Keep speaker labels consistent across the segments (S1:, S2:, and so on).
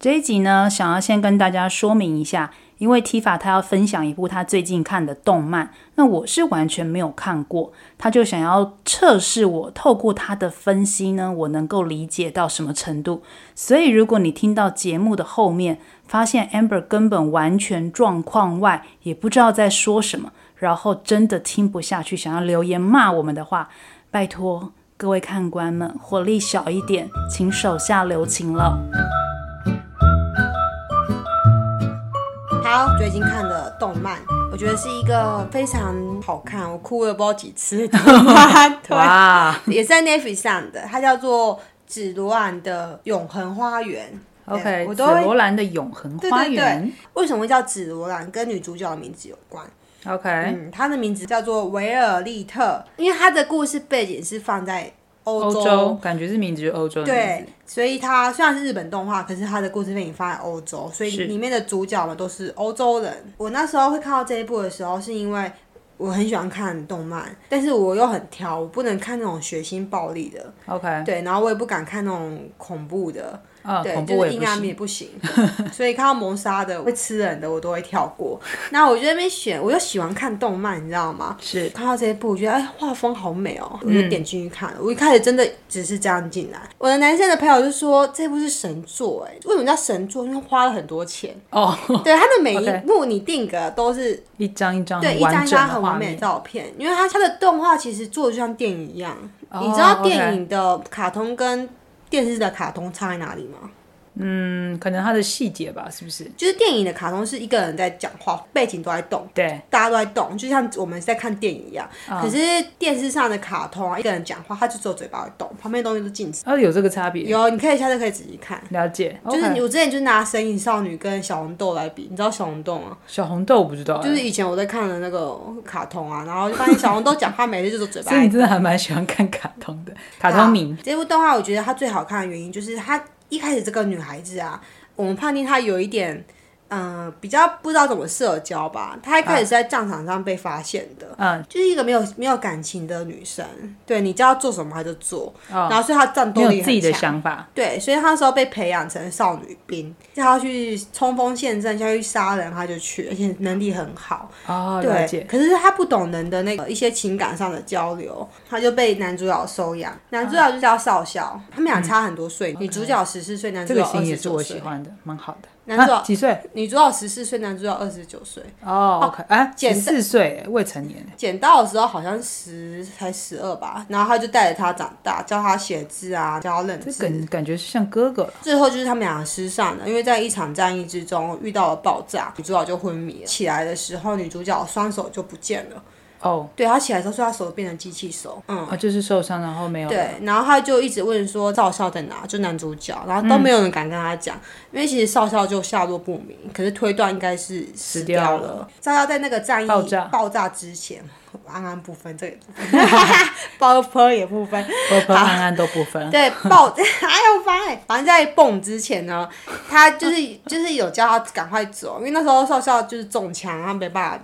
S1: 这一集呢，想要先跟大家说明一下，因为 Tifa 她要分享一部她最近看的动漫，那我是完全没有看过，她就想要测试我，透过她的分析呢，我能够理解到什么程度。所以如果你听到节目的后面，发现 Amber 根本完全状况外，也不知道在说什么，然后真的听不下去，想要留言骂我们的话，拜托各位看官们，火力小一点，请手下留情了。
S2: 好，最近看的动漫，我觉得是一个非常好看，我哭了不知道几次的动漫， 对，
S1: 哇！
S2: 也是在 Netflix 上的，它叫做《紫罗兰的永恒花园》。对
S1: OK，
S2: 我
S1: 紫
S2: 都会
S1: 罗兰的永恒
S2: 对
S1: 花
S2: 对
S1: 园
S2: 对。，为什么会叫紫罗兰？跟女主角的名字有关。
S1: OK，、
S2: 嗯，她的名字叫做维尔利特，因为她的故事背景是放在欧
S1: 欧
S2: 洲，
S1: 洲感觉是名字就是欧洲的名
S2: 对
S1: 字。，
S2: 所以它虽然是日本动画，可是它的故事背景放在欧洲，所以
S1: 是
S2: 里面的主角们都是欧洲人。我那时候会看到这一部的时候，是因为我很喜欢看动漫，但是我又很挑，我不能看那种血腥暴力的，
S1: OK，
S2: 对，然后我也不敢看那种恐怖的，
S1: 啊，
S2: 对，
S1: 恐怖
S2: 就
S1: 我
S2: 是
S1: 也不
S2: 阴暗面
S1: 行。
S2: 不行，对所以看到谋杀的、会吃人的，我都会跳过。那我就在那边选，我又喜欢看动漫，你知道吗？
S1: 是嗯
S2: 看到这一部，我觉得哎，画风好美哦，我就点进去看了。我一开始真的只是这样进来。我的男生的朋友就说这部是神作，哎，为什么叫神作？因为花了很多钱。
S1: 哦，
S2: 对，它的每一
S1: OK
S2: 幕你定格都是
S1: 一张一张
S2: 对一张
S1: 完
S2: 一
S1: 整
S2: 张
S1: 的
S2: 很
S1: 画
S2: 完美的
S1: 面。
S2: 照片，因为它它的动画其实做的就像电影一样。
S1: 哦
S2: 你知道
S1: OK
S2: 电影的卡通跟电视的卡通差在哪里吗？
S1: 嗯，可能它的细节吧，是不是？
S2: 就是电影的卡通是一个人在讲话，背景都在动。
S1: 对，
S2: 大家都在动，就像我们在看电影一样。可是电视上的卡通啊，一个人讲话，他就只有嘴巴会动，旁边的东西都静止。
S1: 啊，有这个差别。
S2: 有，你可以下次可以仔细看。
S1: 了解。
S2: 就是你
S1: OK，
S2: 我之前就拿《神隐少女》跟小红豆来比，你知道小红豆吗？
S1: 小红豆我不知道欸。
S2: 就是以前我在看的那个卡通啊，然后就发现小红豆讲话每日就是嘴巴
S1: 哎所以你真的还蛮喜欢看卡通的，卡通迷。
S2: 这部动画我觉得它最好看的原因就是它一开始这个女孩子啊，我们判定她有一点。嗯，比较不知道怎么社交吧。她一开始是在战场上被发现的，
S1: 嗯，
S2: 就是一个没有没有感情的女生。对你叫她做什么，她就做，
S1: 哦
S2: 然后所以她战
S1: 你
S2: 斗
S1: 有
S2: 力
S1: 自己的
S2: 很强。
S1: 想法。
S2: 对，所以她那时候被培养成少女兵，叫她去冲锋陷阵，叫她去杀人，她就去，而且能力很好。
S1: 哦，了
S2: 对，
S1: 解。
S2: 可是他不懂人的那个一些情感上的交流，他就被男主角收养。男主角就叫少校，他们俩差很多岁，女主角十四岁，男
S1: 这
S2: 主
S1: 个
S2: 角
S1: 型
S2: 二
S1: 也
S2: 十
S1: 是
S2: 九
S1: 我
S2: 岁
S1: 喜。欢的，蛮好的。
S2: 男主
S1: 啊几岁？
S2: 女主角十四岁，男主角二十九岁。
S1: 哦，OK，哎，十
S2: 简单
S1: 四岁未成年。
S2: 捡到的时候好像十才十二吧，然后他就带着他长大，教他写字啊，教他认
S1: 这
S2: 字。
S1: 感感觉是像哥哥了。
S2: 最后就是他们俩失散了，因为在一场战役之中遇到了爆炸，女主角就昏迷了。起来的时候，女主角双手就不见了。
S1: 哦，
S2: 对，她起来的时候，说她手变成机器手。嗯，
S1: 啊，就是受伤然后没有。
S2: 对，然后他就一直问说赵笑在哪，就男主角，然后都没有人敢跟他讲，因为其实少校就下落不明，可是推断应该是死
S1: 掉
S2: 掉
S1: 了
S2: 了。赵笑在那个战役
S1: 爆炸
S2: 之前，安安不分这个也不分，包 坡也不分，
S1: 波波安安都不分。
S2: 对爆， 还有发哎，反正在蹦之前呢，他就是就是有叫他赶快走，因为那时候少校就是中枪，他没办法，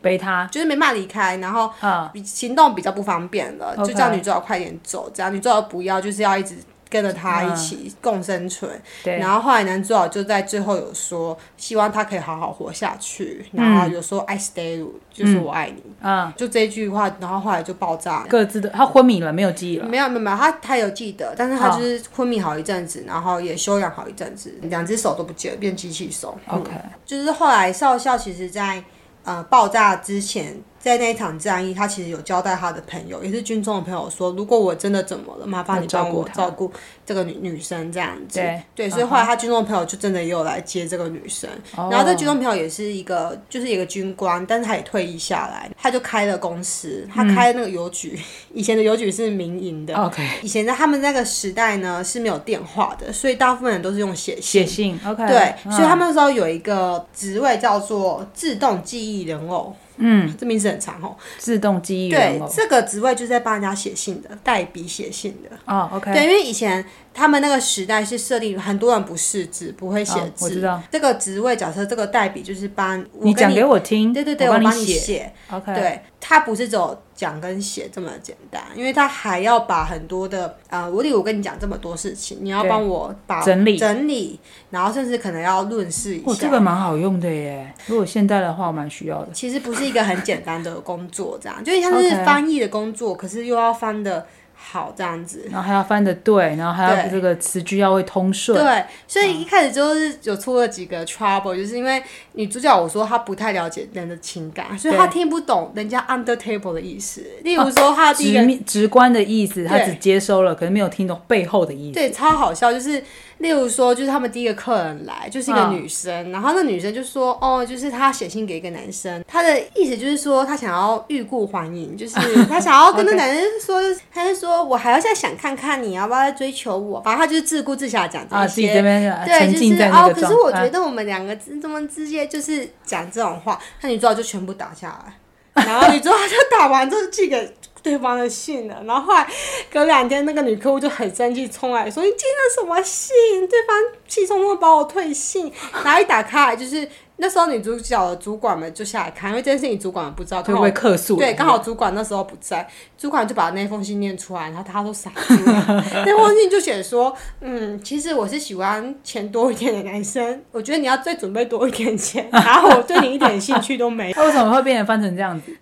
S1: 背他
S2: 就是没办法离开，然后
S1: 啊，
S2: 比行动比较不方便了，就
S1: OK
S2: 叫女主角快点走，这样女主角不要，就是要一直跟着他一起共生存。
S1: 嗯对
S2: 然后后来男主角就在最后有说，希望他可以好好活下去，然
S1: 嗯
S2: 后有说 “I stay”，you，就是我爱你，
S1: 啊，
S2: 就这一句话，然后后来就爆炸了。
S1: 各自的他昏迷了，没有记忆了。
S2: 没有没有没有，他他有记得，但是他
S1: 好
S2: 就是昏迷好一阵子，然后也休养好一阵子，两只手都不见了，变机器手。嗯
S1: OK，
S2: 就是后来少校其实在，呃爆炸之前，在那一场战役，他其实有交代他的朋友，也是军中的朋友说，如果我真的怎么了，麻烦你帮我
S1: 要照
S2: 照顾这个女女生这样子。
S1: 对嗯
S2: 所以后来他军中的朋友就真的也有来接这个女生。
S1: 哦
S2: 然后这军中朋友也是一个，就是一个军官，但是他也退役下来，他就开了公司，他
S1: 嗯
S2: 开那个邮局， 以前的邮局是民营的。
S1: OK，
S2: 以前在他们那个时代呢是没有电话的，所以大部分人都是用写
S1: 写。
S2: 信
S1: 信 OK，
S2: 对，
S1: 嗯
S2: 所以他们那时候有一个职位叫做自动记忆人偶，嗯， 这名字很长哦。
S1: 自动记忆人
S2: 对
S1: 偶，
S2: 这个职位就是在帮人家写信的，代笔写信的。
S1: 哦 OK，
S2: 对，因为以前他们那个时代是设定很多人不识字，不会写
S1: 哦我知
S2: 字。
S1: 道
S2: 这个职位假设这个代笔就是帮我
S1: 你
S2: 跟
S1: 讲给我听，
S2: 对对对，
S1: 我
S2: 我
S1: 帮
S2: 帮
S1: 你
S2: 你
S1: 写。
S2: 写。
S1: OK，
S2: 对，它不是只有讲跟写这么简单，因为它还要把很多的啊，我、例如我跟你讲这么多事情，你要
S1: 对
S2: 帮我把
S1: 整理
S2: 整理，然后甚至可能要论述一
S1: 哦，
S2: 下。
S1: 这个蛮好用的耶。如果现代的话，我蛮需要的。
S2: 其实不是一个很简单的工作，这样就像是
S1: OK
S2: 翻译的工作，可是又要翻的好这样子。
S1: 然后还要翻的对，然后还要
S2: 对
S1: 这个词句要会通顺。
S2: 对，所以
S1: 嗯
S2: 一开始就是有出了几个 trouble，就是因为女主角我说她不太了解人的情感，所以她
S1: 对哦
S2: 听不懂人家 under table 的意思。例如说，她第一个
S1: 直面直观的意思，他
S2: 对
S1: 只接收了，可能没有听懂背后的意思。
S2: 对，超好笑。就是例如说，就是他们第一个客人来，就是一个
S1: 嗯
S2: 女生，然后那女生就说：“哦，就是她写信给一个男生，她的意思就是说她想要欲故还迎， 就是她想要跟那男生说，她就说我还要再想看看你要不要再追求我，反正她就是自顾自暇讲
S1: 啊，
S2: 这
S1: 自己
S2: 些。
S1: 这边呃
S2: 对，
S1: 沉
S2: 就
S1: 浸
S2: 是
S1: 在那
S2: 哦，
S1: 个
S2: 可
S1: 状
S2: 是我
S1: 态
S2: 觉得我们两个之这么之间就是讲这种话，那女主角就全部打下来，然后女主角就打完之后寄给对方的信了，然后后来隔两天那个女客户就很生气冲来说：“你寄了什么信？”对方气冲冲地把我退信，然后一打开来就是。那时候女主角的主管们就下来看，因为这件事情主管们不知道，
S1: 就
S2: 刚好
S1: 会客诉了。
S2: 对，刚好主管那时候不在，主管就把那封信念出来，然后大家都傻住了。 那封信就写说，嗯，其实我是喜欢钱多一点的男生，我觉得你要再准备多一点钱，然后我对你一点兴趣都没有。
S1: 哎那为什么会变成翻成这样子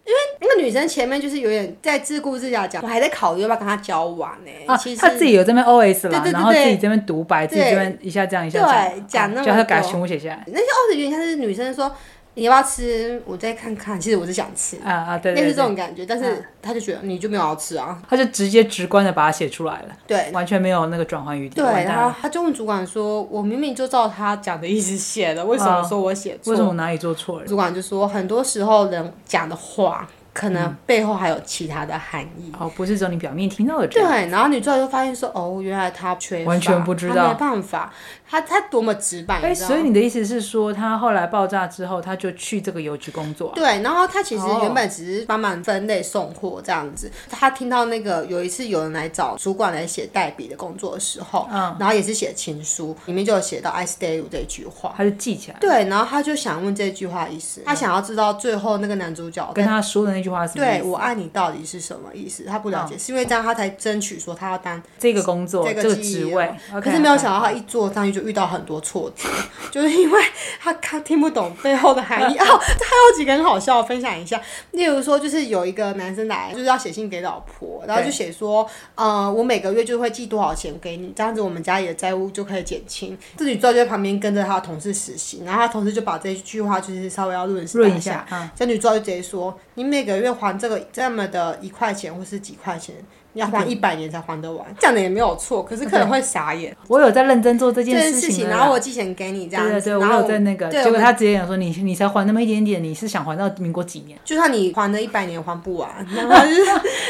S2: 那个女生前面就是有点在自顾自家讲，我还在考虑要不要跟他交往呢、
S1: 啊
S2: 哎其？实
S1: 他自己有这边 OS
S2: 对
S1: 啦，
S2: 对对
S1: 然后自己
S2: 对
S1: 这边独白，自己
S2: 对
S1: 这边一下这样一下
S2: 对
S1: 这样，
S2: 讲那
S1: 就他
S2: 么
S1: 改
S2: 多
S1: 全部写下来。
S2: 那些哦，有点像是女生说你要不要吃，我再看看，其实我是想吃，
S1: 啊啊，对
S2: 类
S1: 对
S2: 似这
S1: 对，
S2: 种感觉，但是他就觉得你就没有要吃啊，
S1: 他就直接直观的把它写出来了，
S2: 对，
S1: 完全没有那个转换余地。
S2: 对，
S1: 完蛋
S2: 然后
S1: 了
S2: 他就问主管说：“我明明就照他讲的意思写的，为什么
S1: 啊
S2: 说我写错？”
S1: 为什么我哪里做错了？
S2: 主管就说：“很多时候人讲的话，可能背后还有其他的含义。
S1: 哦，不是只有你表面听到的这
S2: 嗯对
S1: 样。，
S2: 然后女主角就发现说：“哦，原来他缺乏，
S1: 完全不知道
S2: 他没办法，他他多么直白，
S1: 哎，
S2: 你知道
S1: 所以
S2: 吗？
S1: 你的意思是说，他后来爆炸之后，他就去这个邮局工作啊？
S2: 对，然后他其实
S1: 哦
S2: 原本只是帮忙分类送货这样子。他听到那个有一次有人来找主管来写代笔的工作的时候，
S1: 嗯
S2: 然后也是写情书，里面就有写到 ‘I stay you’ 这句话。
S1: 他就记起来，
S2: 对，然后他就想问这句话的意思，他想要知道最后那个男主角
S1: 嗯跟他说的那句话是什么意
S2: 对
S1: 思？
S2: 我爱你到底是什么意思，他不了解，是因为这样他才争取说他要当
S1: 这个工作，
S2: 这
S1: 这
S2: 个
S1: 个
S2: 记忆
S1: 职
S2: 啊
S1: 位，
S2: 可是没有想到他一坐上去就遇到很多挫折， 就是因为他看听不懂背后的含 义。哦，他有几个很好笑，分享一下。例如说，就是有一个男生来，就是要写信给老婆，然后就写说，呃，我每个月就会寄多少钱给你，这样子我们家里的债务就可以减轻。这女助教就在旁边跟着他的同事实习，然后他同事就把这句话就是稍微要论述
S1: 润一
S2: 下
S1: 下，啊，
S2: 这女助教就直接说：“你每个月还这个这么的一块钱或是几块钱，你要还一百年才还得完。”讲的也没有错，可是客人会傻眼。
S1: 我有在认真做这
S2: 这件
S1: 件
S2: 事
S1: 情
S2: 情，
S1: 的
S2: 然后
S1: 啦。
S2: 我寄钱给你这样
S1: 对对
S2: 子，
S1: 对，我
S2: 然后
S1: 有在那个，
S2: 对
S1: 结果
S2: 我
S1: 他直接讲说你你才还那么一点点，你是想还到民国几年？
S2: 就算你还了一百年还不完，然后他就是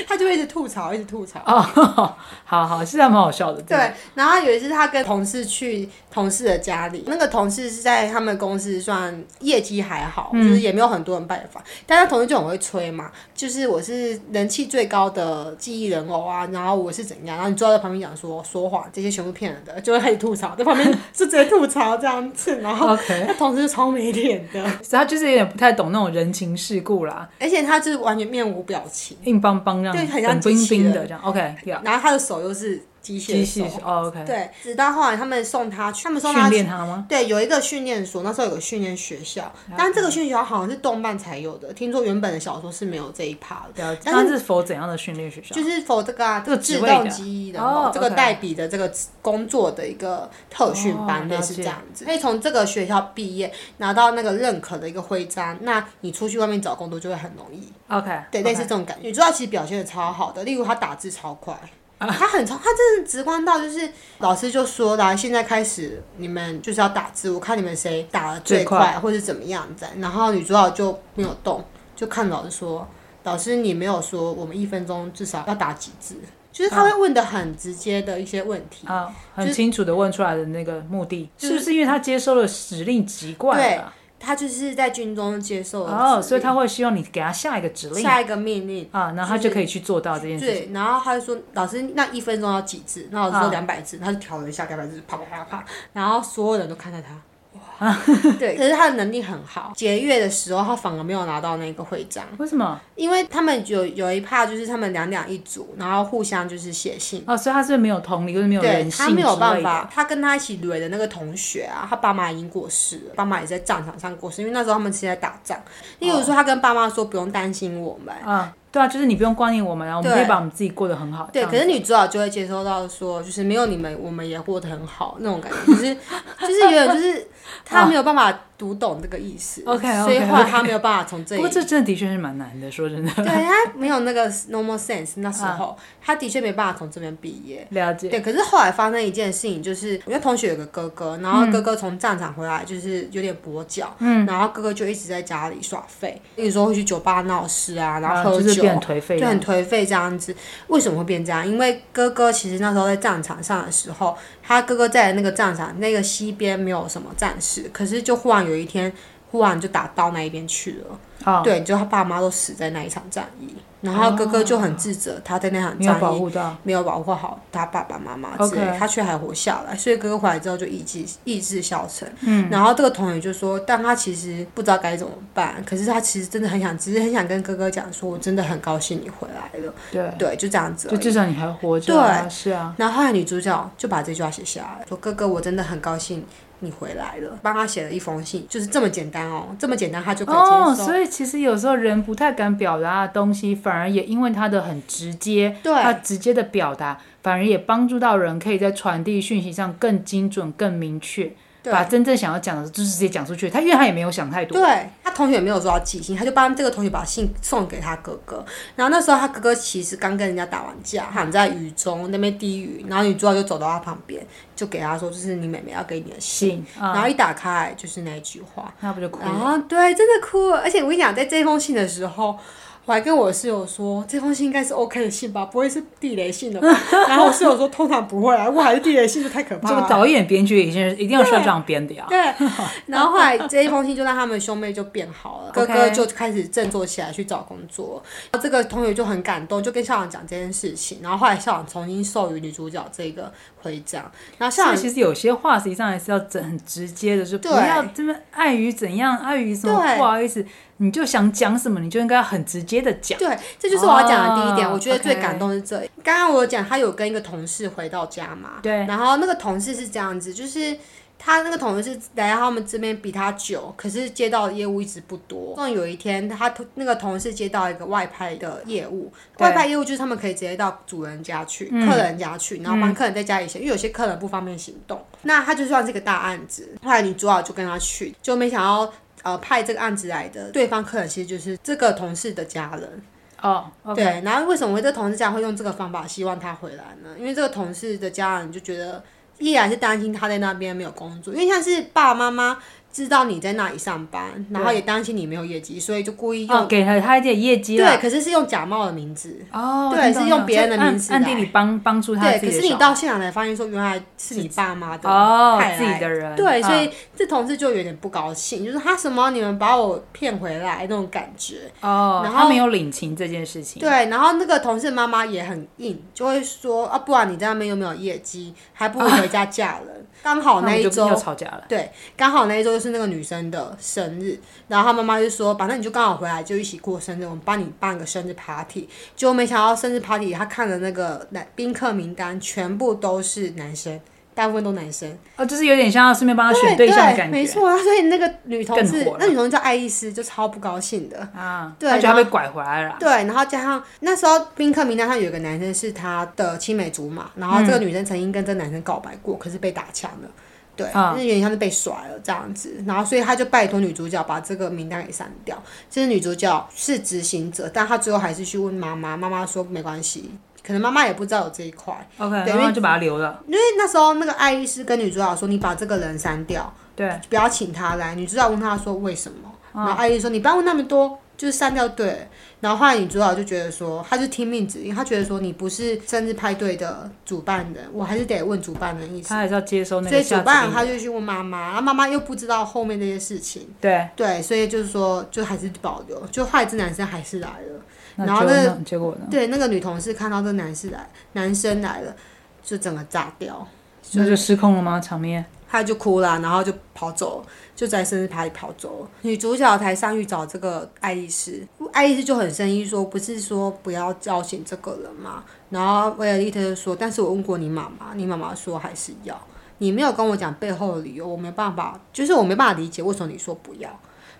S2: 他就会一直吐槽，一直吐槽。
S1: 哦， 好好，是还蛮好笑的。真的，
S2: 对，然后有一次他跟同事去同事的家里，那个同事是在他们公司算业绩还好，就是也没有很多人拜访，但他同事就很会吹嘛，就是我是人气最高的记忆人偶啊，然后我是怎样，然后你坐在旁边讲说说谎，这些全部骗人的，就会开始吐槽，在旁边就直接吐槽这样子，然 后
S1: OK
S2: 那同事就超没脸的，
S1: 所以他就是有点不太懂那种人情世故啦，
S2: 而且他就是完全面无表情，
S1: 硬邦邦这
S2: 对很
S1: 样，冷
S2: 像机
S1: 冰
S2: 器
S1: 冰
S2: 人
S1: 的这样。OK，yeah，
S2: 然后他的手又是机
S1: 机
S2: 械
S1: 器
S2: 手。
S1: 哦 OK，
S2: 对，直到后来他们送他去，他们送他
S1: 训
S2: 去
S1: 练他吗？
S2: 对，有一个训练所，那时候有个训练学校，但这个训练学校好像是动漫才有的，听说原本的小说是没有这一趴的，
S1: 了解，
S2: 但
S1: 他
S2: 是
S1: 是否怎样的训练学校？
S2: 就是否这个啊，
S1: 这个职
S2: 自
S1: 位
S2: 动
S1: 的
S2: 记忆的
S1: 哦
S2: 这个
S1: OK
S2: 代笔的这个工作的一个特训
S1: 哦
S2: 班，类
S1: 了
S2: 似
S1: 解
S2: 这样子，可以从这个学校毕业拿到那个认可的一个徽章，那你出去外面找工作就会很容易。
S1: OK，
S2: 对，类似这种感觉。啊女主角其实表现的超好的，例如她打字超快，她很超，她真的直观到就是老师就说啦，现在开始你们就是要打字，我看你们谁打的最
S1: 最快
S2: 快，或是怎么样子。然后女主角就没有动，就看老师说，老师你没有说我们一分钟至少要打几字，就是她会问的很直接的一些问题。
S1: 啊，
S2: 就
S1: 很
S2: 是
S1: 清楚的问出来的那个目的，
S2: 就是
S1: 是不是因为他接收了指令籍贯了啊？
S2: 他就是在军中接受了
S1: 哦，
S2: 指
S1: 所以
S2: 令
S1: 他会希望你给他下一个指令
S2: 下一个命令。
S1: 啊，然后他就可以去做到这件事情。
S2: 对，然后他就说老师那一分钟要几字，然后老师说
S1: 啊
S2: 两百字，他就调了一下两百字，啪啪啪啪，然后所有人都 看着他。哇，对，可是他的能力很好。结月的时候，他反而没有拿到那个徽章，
S1: 为什么？
S2: 因为他们有有一趴就是他们两两一组，然后互相就是写信。
S1: 哦，所以他是没有同理，或者没有
S2: 嗯对
S1: 人性
S2: 他
S1: 之
S2: 没
S1: 类
S2: 有办
S1: 的。
S2: 法，他跟他一起垒的那个同学啊，他爸妈已经过世了，爸妈也在战场上过世，因为那时候他们是在打仗。例
S1: 哦
S2: 如说，他跟爸妈说不用担心我们，
S1: 啊，对啊，就是你不用挂念我们，然后我们
S2: 对
S1: 可以把我们自己过得很好。
S2: 对，
S1: 这样
S2: 可是女主角就会接收到说，就是没有你们，我们也过得很好那种感 觉，就是就是有点就是她没有办法读懂这个意思
S1: OK，OK，OK
S2: 所以后来她没有办法从这
S1: 不过，
S2: 里
S1: 这真的的确是蛮难的，说真的，
S2: 对她没有那个 normal sense，那时候她的确没办法从这边毕业。
S1: 了解。
S2: 对，可是后来发生一件事情，就是我同学有个哥哥，然
S1: 嗯
S2: 后哥哥从战场回来就是有点跛脚，嗯，然后哥哥就一直在家里耍废，有时候会去酒吧闹事啊，然后喝
S1: 嗯就
S2: 酒，
S1: 是变颓废
S2: 就
S1: 了。
S2: 很颓废这样子。为什么会变这样？因为哥哥其实那时候在战场上的时候，他哥哥在的那个战场那个西边没有什么战事，可是就忽然有一天，忽然就打到那一边去了。
S1: 啊，
S2: 对，就他爸妈都死在那一场战役，然后哥哥就很自责，他在那场
S1: 没有
S2: 战
S1: 保
S2: 役。
S1: 护到。
S2: 没有保护好他爸爸妈妈之类
S1: OK
S2: 他却还活下来，所以哥哥回来之后就意志意志消沉。嗯，然后这个同学就说，但他其实不知道该怎么办，可是他其实真的很想，只是很想跟哥哥讲说，我真的很高兴你回来了，
S1: 对，
S2: 对，就这样子而
S1: 就
S2: 已。
S1: 至少你还活着啊。是啊，
S2: 然后后来女主角就把这句话写下来，说：“哥哥，我真的很高兴你回来了。”帮他写了一封信，就是这么简单哦，这么简单他就可以
S1: 哦，
S2: 接受。
S1: 所以其实有时候人不太敢表达的东西，反而也因为他的很直接，他
S2: 对
S1: 直接的表达，反而也帮助到人可以在传递讯息上更精准、更明确，
S2: 对
S1: 把真正想要讲的就直接讲出去。他因为他也没有想太多，
S2: 对他同学没有说要寄信，他就帮这个同学把信送给他哥哥。然后那时候他哥哥其实刚跟人家打完架，躺在雨中那边低语，然后女主角就走到他旁边，就给他说：“就是你妹妹要给你的信。
S1: 信啊，
S2: 然后一打开就是那一句话，
S1: 那不就哭
S2: 然
S1: 了？
S2: 后对，真的哭了。而且我跟你讲，在这封信的时候，我还跟我室友说，这封信应该是 OK 的信吧，不会是地雷信的吧？然后我室友说，通常不会啊，我还是地雷信，这太可
S1: 这
S2: 怕
S1: 个
S2: 了。
S1: 导演、编剧已经一定要是要这样编的呀。
S2: 对， 然后后来这一封信就让他们兄妹就变好了，哥
S1: OK
S2: 哥就开始振作起来去找工作。这个同学就很感动，就跟校长讲这件事情。然后后来校长重新授予女主角这个徽章，然后校
S1: 所以
S2: 长
S1: 其实有些话实际上还是要整很直接的，就不
S2: 对
S1: 要这么碍于怎样，碍于什么
S2: 对
S1: 不好意思，你就想讲什么，你就应该很直接的讲。
S2: 对，这就是我要讲的第一点。
S1: 哦
S2: 我觉得最
S1: OK
S2: 感动是这里。刚刚我有讲，他有跟一个同事回到家嘛，
S1: 对
S2: 然后那个同事是这样子，就是。他那个同事来到他们这边比他久，可是接到的业务一直不多。终于有一天，他同那个同事接到一个外派的业务，
S1: 对嗯
S2: 外派业务就是他们可以直接到主人家去、客人家去，然后帮客人在家里写，因为有些客人不方便行动。那他就算是个大案子，后来女主角就跟他去，就没想到呃派这个案子来的对方客人其实就是这个同事的家人。
S1: 哦，OK，
S2: 对，然后为什么会这个同事家会用这个方法希望他回来呢？因为这个同事的家人就觉得，依然是担心他在那边没有工作，因为像是爸爸妈妈知道你在那里上班，然后也担心你没有业绩，所以就故意用、
S1: 哦，啊给了他一点业绩
S2: 对，
S1: 了。
S2: 可是是用假冒的名字。
S1: 哦，
S2: 对
S1: 听懂
S2: 是用
S1: 了
S2: 别人的
S1: 就按
S2: 名字
S1: 暗
S2: 来
S1: 地里帮帮助他
S2: 对，
S1: 自己
S2: 可
S1: 的
S2: 是你
S1: 小
S2: 到现场才发现说，原来是你爸妈的
S1: 哦
S2: 派
S1: 自己
S2: 来
S1: 的人，
S2: 对，所
S1: 啊
S2: 以这同事就有点不高兴，就是他什么你们把我骗回来那种感觉。
S1: 哦，
S2: 然
S1: 他
S2: 后
S1: 没有领情这件事情。
S2: 对，然哦后那个同事妈妈也很硬，就会说啊，不然你在那边又没有业绩，还不如回家嫁 人。刚好
S1: 那
S2: 那
S1: 我
S2: 一
S1: 们就要
S2: 周，
S1: 吵架了。
S2: 对，刚好那一周就是那个女生的生日，然后她妈妈就说，反正你就刚好回来就一起过生日，我们帮你办个生日 party。结果没想到生日 party，她看了那个男宾客名单，全部都是男生，大部分都男生。
S1: 哦，就是有点像要顺便帮他选象的感
S2: 没
S1: 觉啊
S2: 错。所以那个女同
S1: 更
S2: 事
S1: 火，
S2: 那女同事叫爱丽丝，就超不高兴的。
S1: 啊，
S2: 对
S1: 他觉得
S2: 然
S1: 他
S2: 后
S1: 被拐回来了啦。
S2: 对，然后加上那时候宾客名单上有一个男生是他的青梅竹马，然后这个女生曾经跟这男生告白过，可是被打枪了。对，
S1: 啊
S2: 那有点像是被甩了这样子，然后所以他就拜托女主角把这个名单给删掉。这是女主角是执行者，但她最后还是去问妈妈，妈妈说没关系，可能妈妈也不知道有这一块，
S1: OK，
S2: 对因
S1: 然
S2: 为
S1: 后就把他留了。
S2: 因为那时候那个爱丽丝跟女主角说：“你把这个人删掉，
S1: 对，嗯
S2: 不要请他来。”女主角问他说：“为什么？”然后爱丽丝说：“你不要问那么多，就是删掉对。然后后来女主角就觉得说，她就听命指令，她觉得说你不是生日派对的主办人，我还是得问主办人意思。
S1: 他还是要接收那
S2: 所
S1: 个
S2: 以主
S1: 下
S2: 办
S1: 指
S2: 人
S1: 令。
S2: 他就去问妈妈，然后妈妈又不知道后面这些事情。
S1: 对，
S2: 对，所以就是说，就还是保留，就后来这男生还是来了。
S1: 那
S2: 然后
S1: 就
S2: 那
S1: 那结果呢？
S2: 对，那个女同事看到这男士来，男生来了，就整个炸掉，
S1: 那就失控了吗？场面？
S2: 她就哭了，然后就跑走了，就在生日趴里跑走了。女主角才上去找这个爱丽丝，爱丽丝就很生气说：“不是说不要叫醒这个人吗？”然后威尔利特就说：“但是我问过你妈妈，你妈妈说还是要，你没有跟我讲背后的理由，我没办法，就是我没办法理解为什么你说不要。”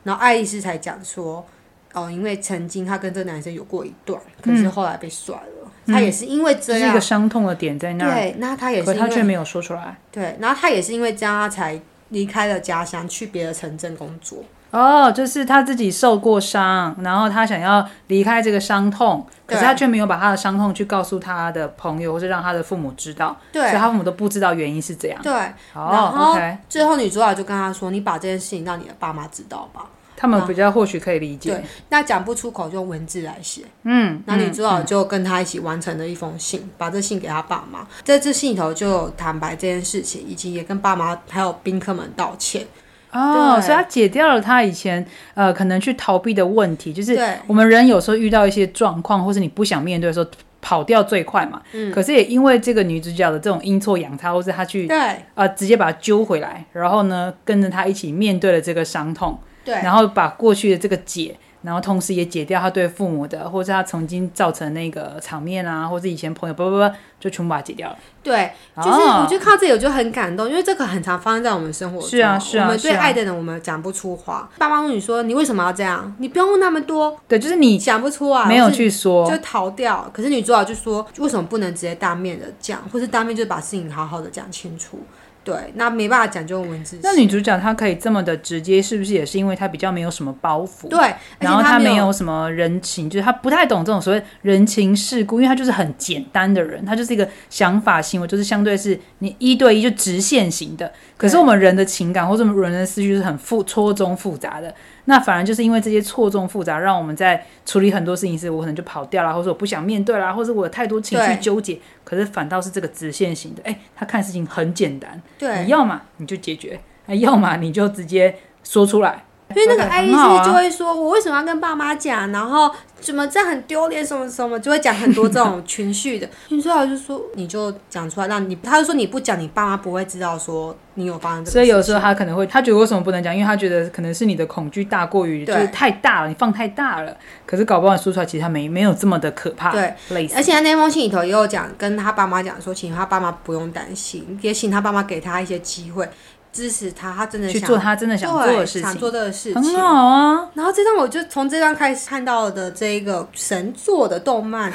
S2: 然后爱丽丝才讲说。哦，因为曾经她跟这个男生有过一段，可是后来被甩了。她、也是因为
S1: 就
S2: 这
S1: 是一
S2: 样，
S1: 个伤痛的点在那儿，
S2: 嗯对，那她也是
S1: 可
S2: 因
S1: 他
S2: 为
S1: 却没有说出来。
S2: 对，然后他也是因为这样，他才离开了家乡，去别的城镇工作。
S1: 哦，就是他自己受过伤，然后他想要离开这个伤痛，可是
S2: 对
S1: 他却没有把他的伤痛去告诉他的朋友，或是让他的父母知道，所以
S2: 对
S1: 他父母都不知道原因是怎样。
S2: 对，然
S1: 哦
S2: 后
S1: ，OK，
S2: 最后女主角就跟他说：“你把这件事情让你的爸妈知道吧。
S1: 他们比较或许可以理”解
S2: 对。，那讲不出口就用文字来写。
S1: 嗯，
S2: 那女主角就跟他一起完成了一封信，把这信给他爸妈。在这信里头就有坦白这件事情，以及也跟爸妈还有宾客们道歉。
S1: 哦，
S2: 对
S1: 所以他解掉了他以前呃可能去逃避的问题，就是
S2: 对
S1: 我们人有时候遇到一些状况，或是你不想面对的时候，跑掉最快嘛。嗯、可是也因为这个女主角的这种阴错阳差，或是她去
S2: 对
S1: 呃直接把她揪回来，然后呢跟着她一起面对了这个伤痛，
S2: 对
S1: 然后把过去的这个解，然后同时也解掉她对父母的，或是她曾经造成那个场面啊，或是以前朋友，不不不，就全部把它解掉了。
S2: 对，就是
S1: 哦
S2: 我就看到这里我就很感动，因为这个很常发生在我们生活中。
S1: 是啊是啊
S2: 我们对
S1: 是啊
S2: 爱的人我们讲不出话。爸妈问你说你为什么要这样，你不用问那么多，
S1: 对，就是你
S2: 讲不出啊，
S1: 没有
S2: 或是
S1: 去说，
S2: 就逃掉。可是女主角就说为什么不能直接当面的讲，或是当面就把事情好好的讲清楚。对，那没办法讲，就用文字写。
S1: 那女主角她可以这么的直接，是不是也是因为她比较没有什么包袱？
S2: 对，而且
S1: 然后
S2: 她
S1: 她没
S2: 有
S1: 有什么人情，就是她不太懂这种所谓人情世故，因为她就是很简单的人，她就是一个想法行为，就是相对是你一对一就直线型的。可是我们人的情感或者我们人的思绪是很复错综复杂的，那反而就是因为这些错综复杂，让我们在处理很多事情时，我可能就跑掉啦，或者我不想面对啦，或者我有太多情绪
S2: 对
S1: 纠结。可是反倒是这个直线型的，哎，她看事情很简单。
S2: 对
S1: 你，要么你就解决，哎要么你就直接说出来。
S2: 因为那个
S1: OK，
S2: 爱丽
S1: 很好
S2: 丝
S1: 啊
S2: 就会说，我为什么要跟爸妈讲，然后怎么这样很丢脸，什么什么，就会讲很多这种情 绪的。女主角就说，你就讲出来，让你，他就说你不讲，你爸妈不会知道说你有发生这个事情。
S1: 所以有时候他可能会，他觉得为什么不能讲？因为他觉得可能是你的恐惧大过于就
S2: 对
S1: 是太大了，你放太大了。可是搞不好你说出来，其实他没没有这么的可怕。
S2: 对，
S1: 类似
S2: 而且他那封信里头也有讲，跟他爸妈讲说，请他爸妈不用担心，也请他爸妈给他一些机会，支持他，他真的
S1: 去
S2: 想
S1: 做他真的想做
S2: 对
S1: 的事
S2: 想
S1: 情，
S2: 做这个事情
S1: 很。好啊。
S2: 然后这段我就从这段开始看到的这一个神作的动漫，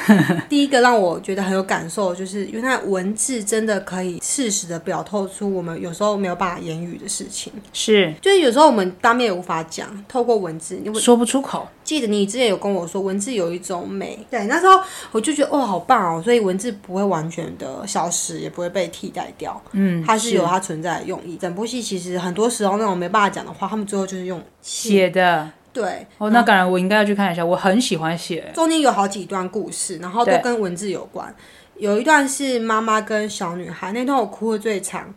S2: 第一个让我觉得很有感受，就是因为它的文字真的可以适时的表透出我们有时候没有办法言语的事情，
S1: 是
S2: 就是有时候我们当面也无法讲，透过文字，因为
S1: 说不出口，
S2: 记得你之前有跟我说文字有一种美，对，那时候我就觉得哦好棒哦，所以文字不会完全的消失，也不会被替代掉，
S1: 嗯，
S2: 它是有它存在的用意。整部戏其实很多时候那种没办法讲的话，他们最后就是用写，
S1: 写的
S2: 对，
S1: 哦。那当然，我应该要去看一下，我很喜欢写。
S2: 中间有好几段故事，然后都
S1: 对
S2: 跟文字有关。有一段是妈妈跟小女孩，那段我哭的 最惨，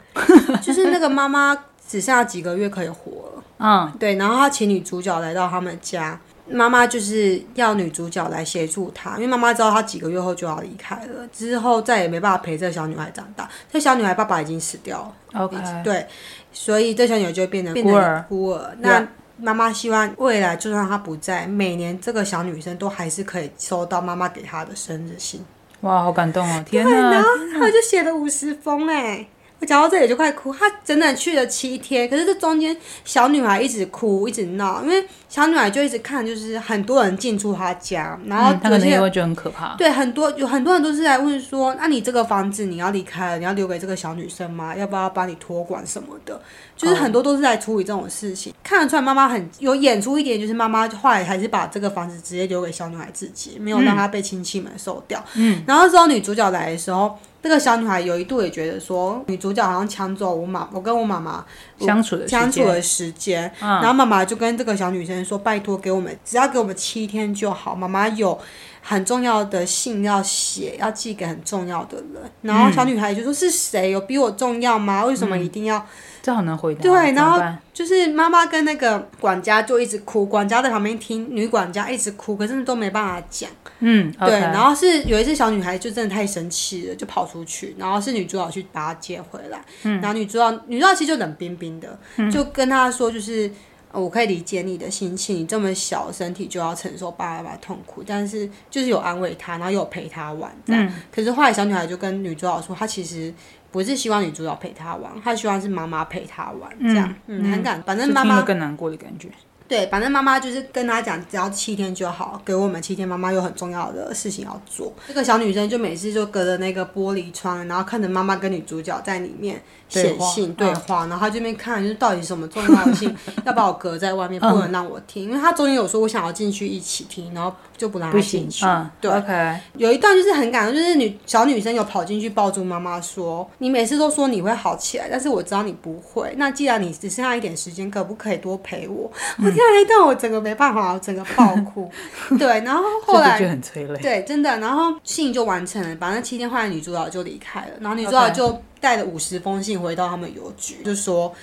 S2: 就是那个妈妈只剩下几个月可以活了，
S1: 嗯，
S2: 对，然后她请女主角来到他们家，妈妈就是要女主角来协助她，因为妈妈知道她几个月后就要离开了，之后再也没办法陪这小女孩长大，这小女孩爸爸已经死掉了。
S1: ，OK，
S2: 对，所以这小女孩就变成
S1: 孤
S2: 变成
S1: 儿
S2: 孤儿。
S1: Yeah
S2: 那妈妈希望未来就算她不在，每年这个小女生都还是可以收到妈妈给她的生日信。
S1: 哇，好感动哦！天哪，
S2: 她就写了五十封哎、我讲到这里就快哭。她整整去了七天，可是这中间小女孩一直哭，一直闹，因为小女孩就一直看，就是很多人进出她家，然后
S1: 嗯他
S2: 有
S1: 可能
S2: 些
S1: 也会觉得很可怕。
S2: 对，很多有很多人都是来问说，那、你这个房子你要离开了，你要留给这个小女生吗？要不要帮你托管什么的？就是很多都是在处理这种事情，看得出来妈妈很有演出一点，就是妈妈后来还是把这个房子直接留给小女孩自己，没有让她被亲戚们收掉。嗯，然后之后女主角来的时候，那个小女孩有一度也觉得说，女主角好像抢走我妈，我跟我妈妈
S1: 相处的时
S2: 相处
S1: 间，嗯
S2: 的时间，然后妈妈就跟这个小女生说：“拜托，给我们只要给我们七天就好，妈妈有很重要的信要写，要寄给很重要的人。”然后小女孩就说：“是谁有比我重要吗？为什么一定要？”
S1: 这好难回答哦。
S2: 对然后
S1: 怎么办
S2: 就是妈妈跟那个管家就一直哭，管家在旁边听女管家一直哭，可是都没办法讲。
S1: 嗯，
S2: 对，
S1: OK
S2: 然后是有一次小女孩就真的太生气了，就跑出去，然后是女主角去把她接回来，然后女主角女主角其实就冷冰冰的，就跟她说就是。呃我可以理解你的心情，你这么小身体就要承受爸爸的痛苦，但是就是有安慰她，然后有陪她玩这样。可是后来小女孩就跟女主角说，她其实不是希望女主角陪她玩，她希望是妈妈陪她玩这样。嗯，很感，反正
S1: 就
S2: 妈
S1: 听
S2: 妈
S1: 了更难过的感觉。
S2: 对，反正妈妈就是跟她讲，只要七天就好，给我们七天。妈妈有很重要的事情要做。这个小女生就每次就隔着那个玻璃窗，然后看着妈妈跟女主角在里面
S1: 对
S2: 写
S1: 话嗯
S2: 信对话，然后她这边看，就是到底什么重要的 信要把我隔在外面，不
S1: 嗯
S2: 能让我听，因为她中间有说我想要进去一起听，然后就不让她
S1: 不
S2: 进
S1: 行
S2: 去，。
S1: 嗯，
S2: 对。
S1: ，OK，
S2: 有一段就是很感动，就是女小女生有跑进去抱住妈妈说：“你每次都说你会好起来，但是我知道你不会。那既然你只剩下一点时间，可不可以多陪我？”我听到那一段，我整个没办法，我整个爆 哭。对，然后后
S1: 这
S2: 来
S1: 的确很催泪。
S2: 对，真的。然后信就完成了，把那七天后来女主角就离开了，然后女主角
S1: OK
S2: 就带了五十封信回到他们邮局，就说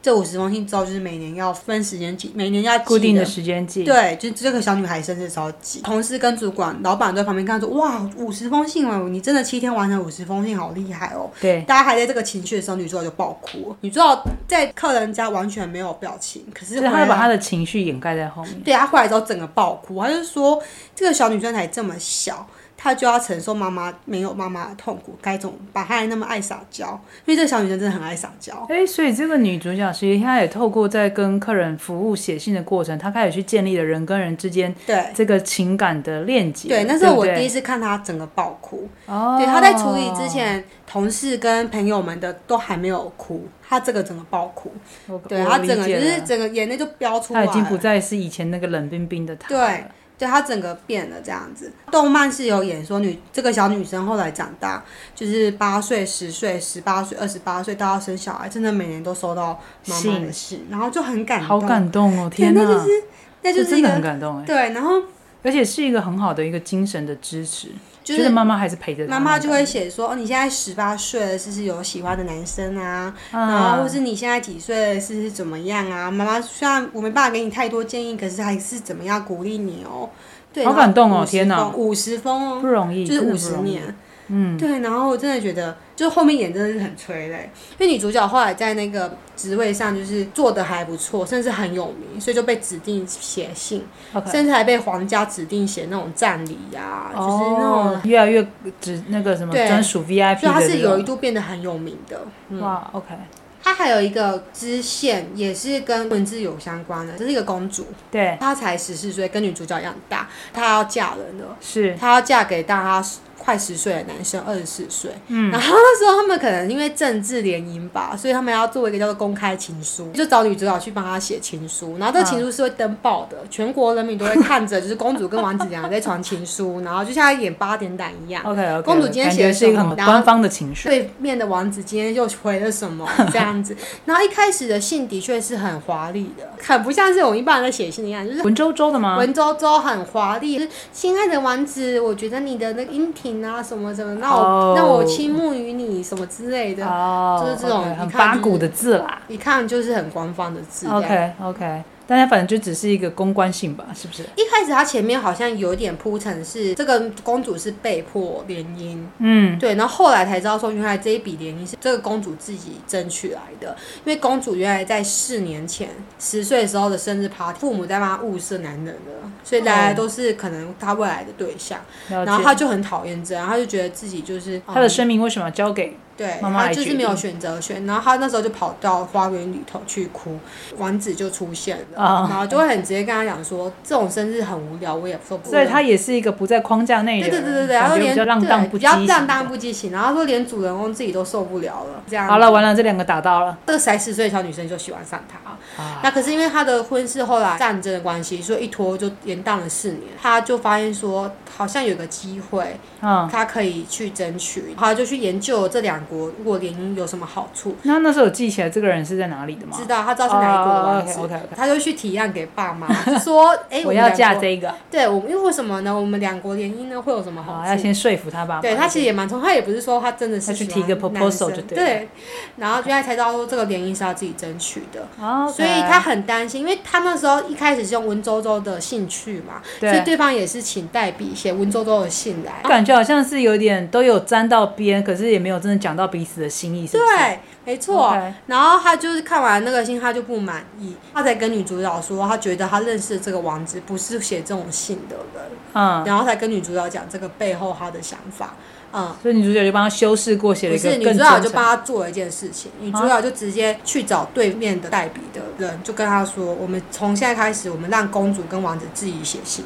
S2: 这五十封信之后就是每年要分时间寄，每年要寄
S1: 固定的时间寄，
S2: 对，就这个小女孩生日超级，同事跟主管、老板都在旁边看说，哇，五十封信哦，你真的七天完成五十封信，好厉害哦！
S1: 对，
S2: 大家还在这个情绪的时候，女主角就爆哭了。女主角在客人家完全没有表情，可
S1: 就是是
S2: 回
S1: 他
S2: 来
S1: 把他的情绪掩盖在后面。
S2: 对她回来之后整个爆哭，她就说这个小女生才这么小。她就要承受妈妈没有妈妈的痛苦，该怎么办？她还那么爱撒娇，因为这个小女生真的很爱撒娇。
S1: 哎，所以这个女主角其实她也透过在跟客人服务写信的过程，她开始去建立了人跟人之间
S2: 对
S1: 这个情感的链接。
S2: 对，那
S1: 是
S2: 是我第
S1: 对
S2: 一次看她整个爆哭。
S1: 哦，
S2: 对，他在处理之前，同事跟朋友们的都还没有哭，他这个整个爆哭，
S1: 我，
S2: 对
S1: 我
S2: 他
S1: 理
S2: 整个就
S1: 解
S2: 是
S1: 了
S2: 整个眼泪就飙出
S1: 她
S2: 来
S1: 已经不
S2: 了，
S1: 再是以前那个冷冰冰的她。
S2: 对，对他整个变了这样子。动漫是有演说女这个小女生后来长大，就是八岁、十岁、十八岁、二十八岁到要生小孩，真的每年都收到妈妈的信，然后就很感动，
S1: 好感动哦！
S2: 对，
S1: 天哪，
S2: 那就是那就
S1: 这
S2: 是
S1: 真
S2: 一
S1: 的很
S2: 个
S1: 感动哎，
S2: 对，然后
S1: 而且是一个很好的一个精神的支持，
S2: 就
S1: 觉
S2: 是
S1: 得。妈妈还是陪着她
S2: 妈妈就会写说：“哦，你现在十八岁了，是不是有喜欢的男生啊？然后
S1: 啊
S2: 或，是你现在几岁，是怎么样啊？妈妈虽然我没办法给你太多建议，可是还是怎么样鼓励你哦。对，
S1: 好感动哦天哪
S2: 哪，五十封哦，
S1: 不容易，
S2: 就是
S1: 真的
S2: 五
S1: 不
S2: 十
S1: 容易
S2: 年，嗯，对。然后我真的觉得，就后面演真的是很催泪，因为女主角后来在那个职位上就是做的还不错，甚至很有名，所以就被指定写信
S1: OK
S2: 甚至还被皇家指定写那种赞礼呀、啊就是那种
S1: 哦，越来越只那个什么
S2: 对
S1: 专属 VIP
S2: 所以她
S1: 的这
S2: 是有一
S1: 种，
S2: 嗯度变得很有名的，
S1: 哇，OK，
S2: 她还有一个支线，也是跟文字有相关的，这是一个公主，
S1: 对，
S2: 她才十四岁，跟女主角一样大，她要嫁人了，
S1: 是
S2: 她要嫁给大她快十岁的男生，二十四岁。嗯，然后那时候他们可能因为政治联姻吧，所以他们要做一个叫做公开情书，就找女主角去帮她写情书，然后这个情书是会登报的，全国人民都会看着，就是公主跟王子两个在传情书，然后就像在演八点档一样。
S1: OK OK，
S2: 公主今天
S1: 感
S2: 写
S1: 觉
S2: 的
S1: 是一个
S2: 什么
S1: 很
S2: 然后
S1: 官方的情绪，
S2: 对面的王子今天又回了 什么这样子。然后一开始的信的确是很华丽的，很不像是我们一般人在写信一样，就是。
S1: 文绉绉的吗？
S2: 文绉绉很华丽，就是亲爱的王子，我觉得你的那个音挺啊什么什么，让我、
S1: 哦
S2: 让我倾慕于你什么之类的，
S1: 哦，
S2: 就是这种
S1: OK，
S2: 一
S1: 很
S2: 看
S1: 八
S2: 就是
S1: 股的字啦。
S2: 一看就是很官方的字这样。
S1: OK OK，大家反正就只是一个公关性吧，是不是？
S2: 一开始他前面好像有点铺陈是这个公主是被迫联姻，
S1: 嗯，
S2: 对，然后后来才知道说，原来这一笔联姻是这个公主自己争取来的，因为公主原来在四年前十岁的时候的生日 party，父母在帮她物色男人了，所以大家
S1: 哦
S2: 都是可能她未来的对象，
S1: 了
S2: 然后
S1: 解。
S2: 她就很讨厌这样，她就觉得自己就是
S1: 他的
S2: 嗯
S1: 生命为什么要交给？
S2: 对，
S1: 妈妈
S2: 他
S1: 来
S2: 就是
S1: 决
S2: 没有
S1: 定
S2: 选择权，然后他那时候就跑到花园里头去哭，王子就出现了，
S1: 啊
S2: 然后就会很直接跟他讲说，这种生日很无聊，我也做不
S1: 所以
S2: 了
S1: 他也是一个不在框架内的
S2: 对对
S1: 人，
S2: 对对对，然
S1: 感
S2: 后
S1: 觉
S2: 连
S1: 比较浪
S2: 对
S1: 荡不
S2: 比较
S1: 羁
S2: 浪
S1: 型
S2: 荡
S1: 的
S2: 不羁型，然后说连主人公自己都受不了了，这样
S1: 好了，
S2: 子
S1: 完了，这两个打到了。
S2: 这个才十岁的小女生就喜欢上他，
S1: 啊
S2: 那可是因为他的婚事后来战争的关系，所以一拖就延宕了四年。他就发现说，好像有个机会，
S1: 嗯，
S2: 他可以去争取，他就去研究这两国如果联姻有什么好处。
S1: 那那时候有记起来这个人是在哪里的吗？
S2: 知道他知道是哪一国的王子
S1: o k OK，
S2: 他就去提案给爸 妈，说：“哎、
S1: 哦我
S2: 们
S1: 要
S2: 两
S1: 嫁
S2: 国
S1: 这个，
S2: 对，我们因为为什么呢？我们两国联姻呢会有什么好
S1: 好，
S2: 处？
S1: 哦要先说服他爸爸。
S2: 对他其实也蛮聪明，他也不是说他真的
S1: 他
S2: 是
S1: 去
S2: 喜
S1: 提
S2: 欢
S1: 个 proposal
S2: 男
S1: 就
S2: 生
S1: 对
S2: 对
S1: 了
S2: 然后原来才知道说这个联姻是要自己争取的。
S1: 哦，
S2: 所以他很担心，因为他那时候一开始是用文绉绉的信去嘛，所以
S1: 对。哦
S2: 对方也是请代笔写文绉绉的信来。
S1: 感觉好像是有点都有沾到边，可是也没有真的讲到彼此的心意，是不是？
S2: 对，啊没错。
S1: OK
S2: 然后他就是看完那个信，他就不满意，他才跟女主角说，他觉得他认识这个王子不是写这种信的人，
S1: 嗯，
S2: 然后才跟女主角讲这个背后他的想法。嗯，
S1: 所以女主角就帮他修饰过，写了
S2: 不
S1: 一个
S2: 是女主
S1: 更嗯
S2: 角就
S1: 真
S2: 帮
S1: 诚。
S2: 他做了一件事情，女主角就直接去找对面的代笔的人，就跟他说：“我们从现在开始，我们让公主跟王子自己写信，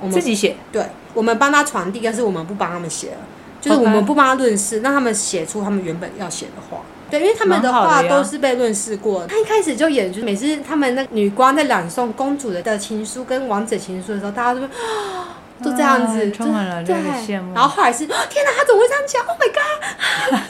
S2: 我
S1: 自
S2: 们
S1: 己写，
S2: 对，我们帮他传递，但是我们不帮他们写了，就是
S1: OK
S2: 我们不帮他论事，让他们写出他们原本要写的话。”对，因为他们的
S1: 蛮好
S2: 话
S1: 的呀
S2: 都是被论事过的。他一开始就演，就是每次他们那女官在朗诵公主的的情书跟王子的情书的时候，大家都会啊都这样子，
S1: 啊
S2: 就
S1: 充满了
S2: 对
S1: 热烈羡慕，
S2: 然后后来是，哦天哪，他怎么会这样讲？Oh my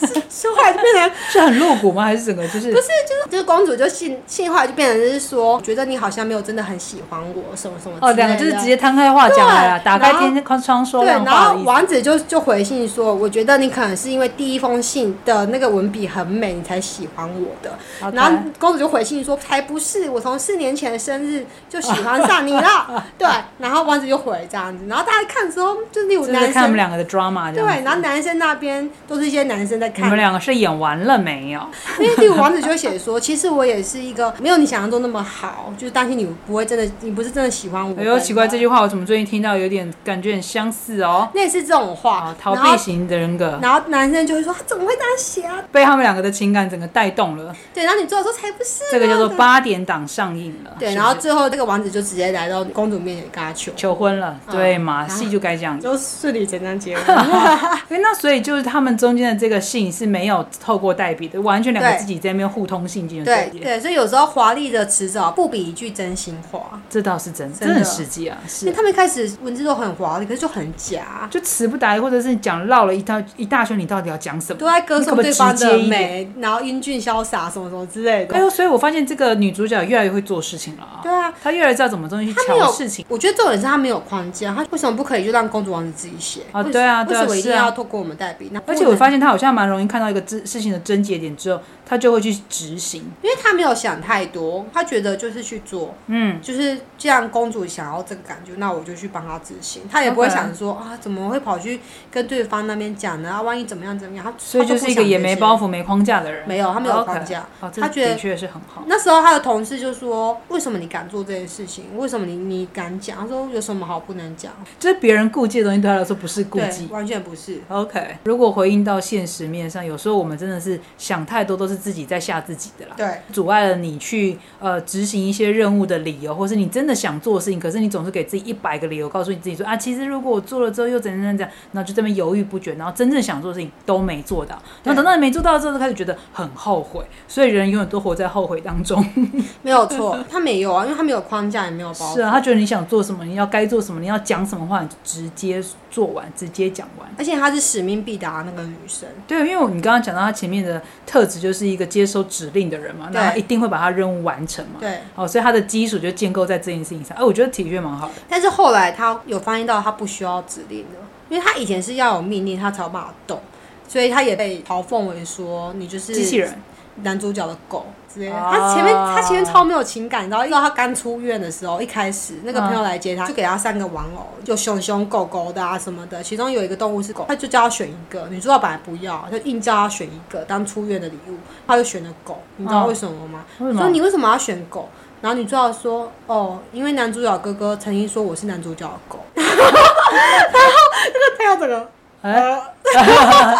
S2: god！是 是后来就变成，
S1: 是很露骨吗？还是整个就是？不是，
S2: 就是公主就信信，后来就变成就是说，觉得你好像没有真的很喜欢我，什么什么
S1: 哦，
S2: 之类
S1: 两
S2: 的
S1: 个就是直接摊开话讲来了，
S2: 对
S1: 打开
S2: 然后
S1: 天窗窗说
S2: 对，
S1: 亮
S2: 然
S1: 话的
S2: 后
S1: 意思。
S2: 王子就就回信说，我觉得你可能是因为第一封信的那个文笔很美，你才喜欢我的。
S1: OK
S2: 然后公主就回信说，才不是，我从四年前的生日就喜欢上你 了。对，然后王子就回这样子，然后大家看之后，就是那种
S1: 就是
S2: 男
S1: 看他们
S2: 生。
S1: 两个的 drama 这
S2: 对
S1: 样子。，
S2: 然后男生那边都是一些男生在
S1: 你
S2: 看
S1: 们，两个是演完了没有？
S2: 因为第五王子就会写说，其实我也是一个没有你想象中那么好，就是担心你不会真的，你不是真的喜欢我。
S1: 哎呦，奇怪，这
S2: 句
S1: 句话我怎么最近听到有点感觉很相似哦？
S2: 类似这种
S1: 啊
S2: 话，，
S1: 逃
S2: 然
S1: 避
S2: 后。
S1: 型的人格
S2: 然后男生就会说他怎么会这样写啊？
S1: 被他们两个的情感整个带动了，
S2: 对，然后你最后说才不是啊，
S1: 这个叫做
S2: 啊对
S1: 八点档上映了。
S2: 对，
S1: 是
S2: 然
S1: 不
S2: 后
S1: 是
S2: 最后这个王子就直接来到公主面前跟他求，
S1: 求婚了，
S2: 嗯
S1: 对嘛？
S2: 然后啊
S1: 戏就该这样。
S2: 就顺理成章结婚。
S1: 哎，那所以就是他们中间的这个信是没有透过代笔的，完全两个
S2: 对
S1: 自己在那边互通信件。
S2: 对，对，所以有时候华丽的辞藻不比一句真心 话，
S1: 这倒是真，
S2: 真
S1: 真的很
S2: 的
S1: 实际啊，
S2: 因
S1: 是
S2: 为
S1: 啊
S2: 他们一开始文字都很华丽，可是就很假，
S1: 就词不达意，或者是讲绕了一大一大圈，你到底要讲什么？
S2: 都在歌
S1: 你可
S2: 颂
S1: 不可以
S2: 对方
S1: 直接
S2: 的
S1: 一点
S2: 美，然后英俊潇洒什么什么之类的
S1: 哎。呦，所以我发现这个女主角越来越会做事情了啊，
S2: 对啊，
S1: 她越来越知道怎么东西去
S2: 她没有
S1: 瞧事情。
S2: 我觉得重点是他没有框架，他为什么不可以就让公主王子自己写？
S1: 啊
S2: 为
S1: 对啊
S2: 为
S1: 对啊
S2: 什么一
S1: 是
S2: 定
S1: 啊
S2: 要透过我们代笔？那
S1: 而且我发现她好像蛮容易看到一个事事情的症结点之后，她就会去执行。
S2: 因为他没有想太多，他觉得就是去做，
S1: 嗯，
S2: 就是既然公主想要这个感觉，那我就去帮她执行。他也不会
S1: OK
S2: 想说啊，怎么会跑去跟对方那边讲呢？啊，万一怎么样怎么样？他
S1: 所以就是一个也没包
S2: 袱，
S1: 袱、没框架的人。
S2: 没有，他没有
S1: OK
S2: 框架。
S1: 哦，这
S2: 她觉得
S1: 的确是很好。
S2: 那时候他的同事就说：“为什么你敢做这件事情？为什么你你敢讲？”他说：“有什么好不能讲？
S1: 就是别人顾忌的东西对她来说不是顾
S2: 对
S1: 忌，。
S2: 完全不是。
S1: OK，如果回应到现实面上，有时候我们真的是想太多，都是自己在吓自己的啦。
S2: 对
S1: 阻碍了你去呃执行一些任务的理由，或是你真的想做的事情，可是你总是给自己一百个理由，告诉你自己说啊，其实如果我做了之后又怎样怎样怎样，然后就这么犹豫不决，然后真正想做的事情都没做到，然后等到你没做到之后，就开始觉得很后悔，所以人永远都活在后悔当中。
S2: 没有错，他没有啊，因为他没有框架，也没有包袱。
S1: 是啊，他觉得你想做什么，你要该做什么，你要讲什么话，你就直接做完，直接讲完。
S2: 而且她是使命必达的那个女生，
S1: 对，因为你刚刚讲到他前面的特质就是一个接收指令的人嘛，
S2: 对
S1: 那他一定会把他任务完成嘛。
S2: 对。
S1: 哦，所以他的基础就建构在这件事情上。哎、我觉得体育蛮好的。
S2: 但是后来她有发现到她不需要指令了，因为她以前是要有命令她才有办法动，所以她也被嘲讽为说你就是
S1: 机器人，
S2: 男主角的狗之类的。
S1: 啊
S2: 她前面她前面超没有情感，然后一直到她刚出院的时候，一开始那个朋友来接
S1: 嗯
S2: 她，就给她三个玩偶，有熊熊、狗狗的啊什么的，其中有一个动物是狗，她就叫她选一个，女主角本来不要，她就硬叫她选一个当出院的礼物，她就选了狗，你知道
S1: 嗯
S2: 为什么吗？
S1: 为什
S2: 说
S1: 么？
S2: 你为什么要选狗？然后女主角说：“哦，因为男主角哥 哥曾经说我是男主角的狗。”然后那个朋友整个
S1: 哎、
S2: 呃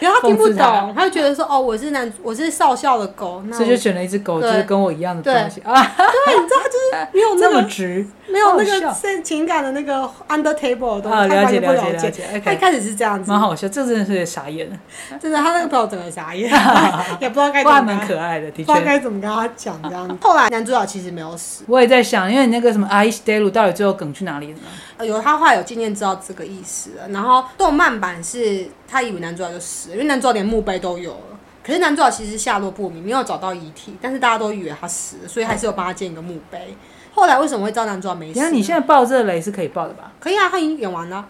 S2: 然后他听不
S1: 讽刺他
S2: 懂，他就觉得说哦，我是男，我是少校的狗，那
S1: 所以就选了一只狗，就是
S2: 对
S1: 跟我一样的
S2: 对
S1: 东西啊，
S2: 我没有那
S1: 哎这么
S2: 个
S1: 直
S2: 没有那
S1: 好
S2: 个
S1: 笑
S2: 是情感的那个 under table 的东
S1: 啊
S2: 西，
S1: 了
S2: 他完
S1: 解
S2: 全不
S1: 了解了解
S2: 他一
S1: OK
S2: 开始是这样子
S1: 蛮，好笑，这真的是傻眼了，
S2: 真的，他那个朋友整个 傻眼，也不知道该
S1: 不过还
S2: 怎么
S1: 蛮
S2: 跟他，
S1: 可爱的，的
S2: 不知道
S1: 确。
S2: 该怎么跟他讲这样子。后来男主角其实没有死，
S1: 我也在想，因为你那个什么阿伊西德鲁到底最后梗去哪里了呢？
S2: 呃有他后来有渐渐知道这个意思了。然后动漫版是他以为男主角就死了，因为男主角连墓碑都有了。可是男主角其实下落不明，没有找到遗体，但是大家都以为他死了，所以还是有帮他建一个墓碑。后来为什么会知道男主角没
S1: 你
S2: 死
S1: 看
S2: 呢？
S1: 你现在爆这雷是可以爆的吧？
S2: 可以啊，他已 经演完了，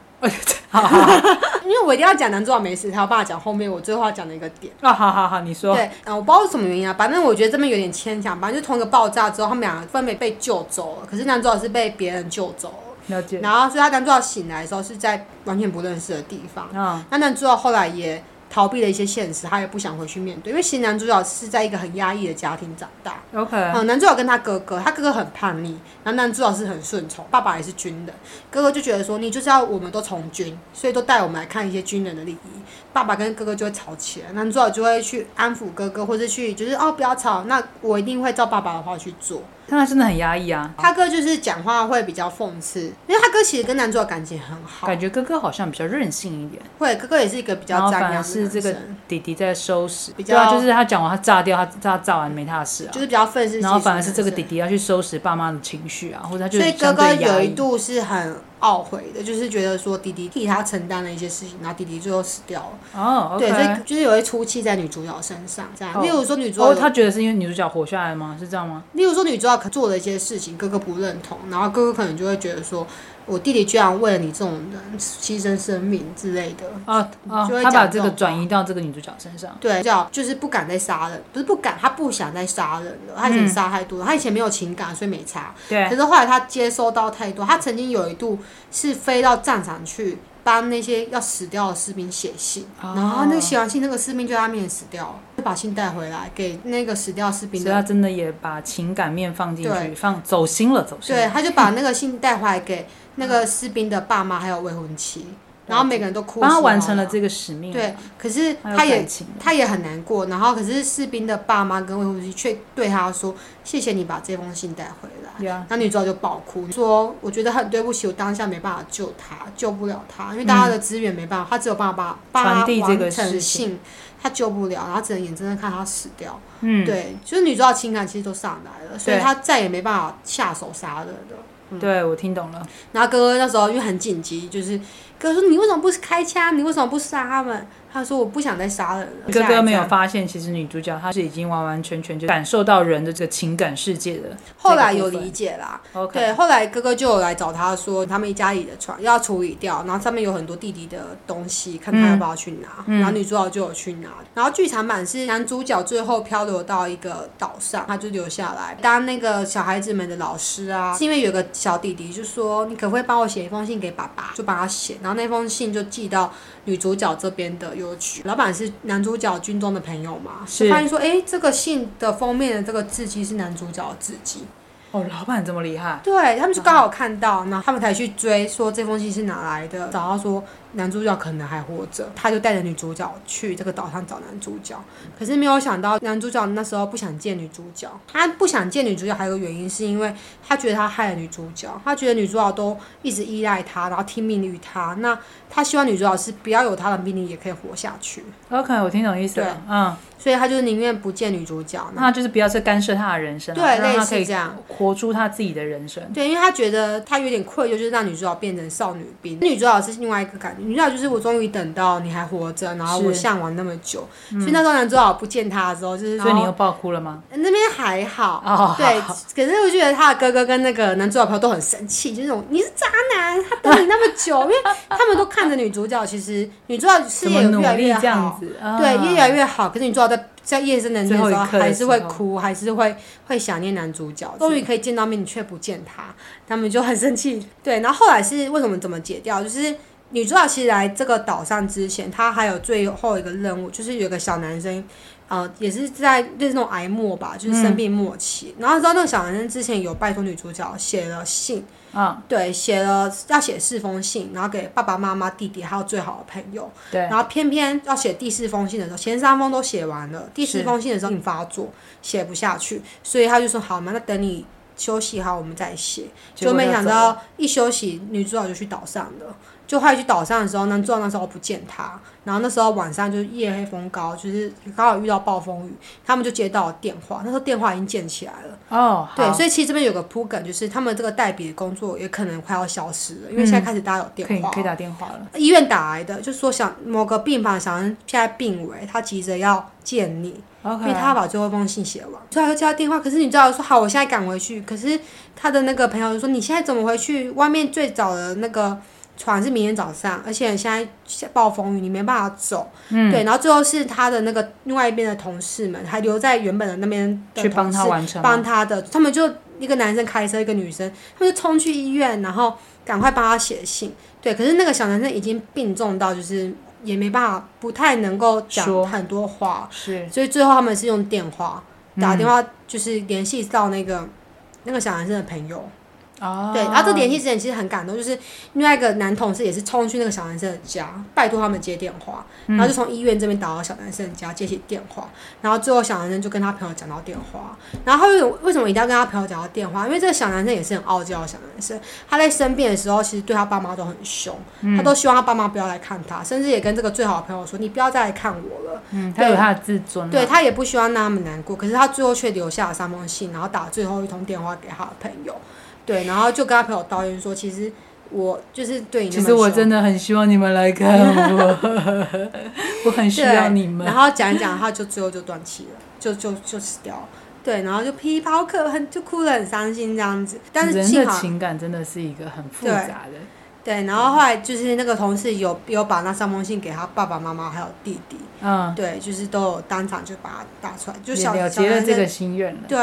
S1: 好好好
S2: 因为我一定要讲男主角没死，才有办法讲后面我最后要讲的一个点。
S1: 啊，好好好，你说
S2: 对，啊，我不知道是什么原因啊，反正我觉得这边有点牵强。反正就同一个爆炸之后，他们俩分别被救走了，可是男主角是被别人救走了。
S1: 了解
S2: 然后，所以他男主角醒来的时候是在完全不认识的地方。
S1: 啊，
S2: 那男主角后来也逃避了一些现实，他也不想回去面对，因为其实男主角是在一个很压抑的家庭长大。
S1: OK，
S2: 嗯，男主角跟他哥哥，他哥哥很叛逆，然后男主角是很顺从，爸爸也是军人，哥哥就觉得说你就是要我们都从军，所以都带我们来看一些军人的礼仪。爸爸跟哥哥就会吵起来，男主角就会去安抚哥哥，或者去就是哦不要吵，那我一定会照爸爸的话去做。
S1: 但他真的很压抑啊，
S2: 他哥就是讲话会比较讽刺，因为他哥其实跟男主角感情很好，
S1: 感觉哥哥好像比较任性一点，
S2: 会哥哥也是一个比
S1: 然
S2: 较
S1: 后
S2: 张
S1: 反
S2: 扬
S1: 而
S2: 的
S1: 是这
S2: 男
S1: 个
S2: 生，
S1: 弟弟在收拾，
S2: 比
S1: 对啊，
S2: 较
S1: 就是他讲完他炸掉，他他炸完没他的事啊
S2: 就，是比较愤世嫉俗的男生。
S1: 然后反而是这个弟弟要去收拾爸妈的情绪啊，或者他就
S2: 所以哥
S1: 相
S2: 哥
S1: 对
S2: 有
S1: 压
S2: 一
S1: 抑。
S2: 度是很懊悔的，就是觉得说弟弟替他承担了一些事情，然后弟弟最后死掉了。
S1: 哦
S2: 对，所
S1: ，OK，
S2: 以就是有一出气在女主角身上，这样。
S1: 哦
S2: 例如说女主角
S1: 哦，
S2: 有，
S1: 他觉得是因为女主角活下来吗？是这样吗？
S2: 例如说女主角可做了一些事情，哥哥不认同，然后哥哥可能就会觉得说，我弟弟居然为了你这种人牺牲生命之类的。
S1: 啊啊
S2: 就会，
S1: 他把
S2: 讲这
S1: 这个
S2: 种
S1: 转移到这个女主角身上。
S2: 对，叫就是不敢再杀人，不是不敢，他不想再杀人了。他以前
S1: 嗯
S2: 杀太多了，他以前没有情感，所以没杀。
S1: 对
S2: 可是后来他接收到太多，他曾经有一度是飞到战场去帮那些要死掉的士兵写信，
S1: 哦
S2: 然后那个写完信，那个士兵就在他面前死掉了，就把信带回来给那个死掉士兵
S1: 所以他
S2: 的，
S1: 真的也把情感面放进去，
S2: 对
S1: 放走心了，走心了。
S2: 对，他就把那个信带回来给那个士兵的爸妈还有未婚妻，然后每个人都哭，
S1: 帮他完成了。这个使命。
S2: 对，可是
S1: 还有
S2: 他也
S1: 感情的
S2: 他也很难过，然后可是士兵的爸妈跟未婚妻却对他说：“谢谢你把这封信带回来。”
S1: 对啊，
S2: 那女主角就爆哭，说：“我觉得很对不起，我当下没办法救他，救不了他，因为大家的资源没办法，他只有办法帮他
S1: 嗯传递这个
S2: 完成
S1: 事情
S2: 信，他救不了，然后只能眼睁睁看他死掉。
S1: 嗯，
S2: 对，就是女主角情感其实都上来了，所以
S1: 对
S2: 她再也没办法下手杀人了。
S1: 对，我听懂了。
S2: 然后哥哥那时候因为很紧急，就是哥哥说：‘你为什么不开枪？你为什么不杀他们？’他说：‘我不想再杀人了。’
S1: 哥
S2: 下一
S1: 哥没有
S2: 站
S1: 发现，其实女主角她是已经完完全全就感受到人的这个情感世界的。
S2: 后来有
S1: 这个部分
S2: 理解啦。
S1: OK，
S2: 对，后来哥哥就有来找他说，他们一家里的床要处理掉，然后上面有很多弟弟的东西，看他要不要去拿。
S1: 嗯
S2: 然后女主角就有去拿。然后剧场版是男主角最后漂流到一个岛上，他就留下来当那个小孩子们的老师啊。是因为有个小弟弟就说，你可不可以帮我写一封信给爸爸？就帮他写，然后那封信就寄到女主角这边的邮局。老板是男主角军中的朋友嘛，
S1: 是
S2: 就发现说，哎，这个信的封面的这个字迹是男主角的字迹。
S1: 哦，老板这么厉害，
S2: 对他们就刚好看到，然后他们才去追，说这封信是哪来的，找到说男主角可能还活着，他就带着女主角去这个岛上找男主角。可是没有想到，男主角那时候不想见女主角，他不想见女主角还有一个原因，是因为他觉得他害了女主角，他觉得女主角都一直依赖他，然后听命于他，那他希望女主角是不要有他的命令也可以活下去，
S1: OK，我听懂意思了。嗯，
S2: 所以他就宁愿不见女主角，
S1: 那就是不要去干涉她的人生啊，
S2: 对
S1: 让
S2: 类
S1: 她
S2: 似
S1: 可以
S2: 这样
S1: 活出她自己的人生。
S2: 对，因为他觉得他有点愧疚，就是让女主角变成少女兵。女主角是另外一个感觉，女主角就是我终于等到你还活着，然后我
S1: 是嗯
S2: 向往那么久，所以那时候男主角不见他的时候，就是
S1: 所以你又
S2: 然后
S1: 爆哭了吗？
S2: 那边还好。
S1: 哦，
S2: 对，可是我觉得他的哥哥跟那个男主角朋友都很生气，就是那种你是渣男，他等你那么久，因为他们都看着女主角，其实女主角事
S1: 怎么
S2: 业有
S1: 努
S2: 越来
S1: 力
S2: 越
S1: 这样
S2: 好，
S1: 子？
S2: 对，
S1: 啊
S2: 越来越好。可是女主角在在夜深人静的时
S1: 最后
S2: 候，
S1: 一刻的
S2: 还是会
S1: 时候
S2: 哭，还是会会想念男主角。终于可以见到面，你却不见他，他们就很生气。对，然后后来是为什么怎么解掉？就是女主角其实来这个岛上之前，她还有最后一个任务，就是有一个小男生，呃，也是在就是那种癌末吧，就是生病末期。
S1: 嗯
S2: 然后知道那个小男生之前有拜托女主角写了信，
S1: 啊，
S2: 对，写了要写四封信，然后给爸爸妈妈、弟弟还有最好的朋友。
S1: 对
S2: 然后偏偏要写第四封信的时候，前三封都写完了，第四
S1: 是
S2: 封信的时候硬发作，写不下去，所以他就说：“好嘛，那等你休息好，我们再写。”
S1: 结
S2: 就
S1: 果
S2: 没
S1: 就
S2: 想
S1: 走
S2: 到一休息，女主角就去岛上了。就后来去岛上的时候，男主角那时候不见她，然后那时候晚上就是夜黑风高，就是刚好遇到暴风雨，他们就接到电话，那时候电话已经建起来了。
S1: 哦，
S2: 对，
S1: 好
S2: 所以其实这边有个铺梗，就是他们这个代笔的工作也可能快要消失了，因为现在开始大家有
S1: 可
S2: 电
S1: 以
S2: 话，
S1: 可以打电话了。
S2: 医院打来的，就说想某个病房想现在病危，他急着要见你，因
S1: OK，
S2: 为他要把最后一封信写完。所以他就接到电话，可是你知道说好，我现在赶回去。可是他的那个朋友就说你现在怎么回去？外面最早的那个船是明天早上，而且现在暴风雨，你没办法走。嗯，对。然后最后是他的那个另外一边的同事们还留在原本的那边的
S1: 去帮
S2: 同
S1: 他
S2: 事
S1: 完成吗，
S2: 帮他的，他们就一个男生开车，一个女生，他们就冲去医院，然后赶快帮他写信。对，可是那个小男生已经病重到就是也没办法，不太能够讲
S1: 说
S2: 很多话，
S1: 是
S2: 所以最后他们是用电话打电话，就是联系到那个。那个小男生的朋友，
S1: 哦，
S2: 对，然后这联系之前其实很感动，就是另外一个男同事也是冲去那个小男生的家，拜托他们接电话，然后就从医院这边打到小男生的家接起电话，然后最后小男生就跟他朋友讲到电话，然后为什么为什么一定要跟他朋友讲到电话？因为这个小男生也是很傲娇的小男生，他在生病的时候其实对他爸妈都很凶，他都希望他爸妈不要来看他，甚至也跟这个最好的朋友说：“你不要再来看我了。
S1: 嗯，他有他的自尊啊，
S2: 对他也不希望让他们难过，可是他最后却留下了三封信，然后打最后一通电话给他的朋友，对，然后就跟他朋友抱怨说：“其实我就是对你那
S1: 其
S2: 么
S1: 实我
S2: 凶
S1: 真的很希望你们来看我，我很需要你们
S2: 然。后讲一讲，他就最后就断气了，就就就死掉了。对，然后就噼里啪啦哭，很就哭得很伤心这样子。但是
S1: 人
S2: 幸
S1: 的
S2: 好
S1: 情感真的是一个很复杂的，
S2: 对，然后后来就是那个同事有有把那三封信给他爸爸妈妈还有弟弟，
S1: 嗯，
S2: 对，就是都有当场就把它打出来，就
S1: 也
S2: 小
S1: 了
S2: 小
S1: 结了
S2: 男
S1: 这
S2: 生
S1: 个心愿了。
S2: 对，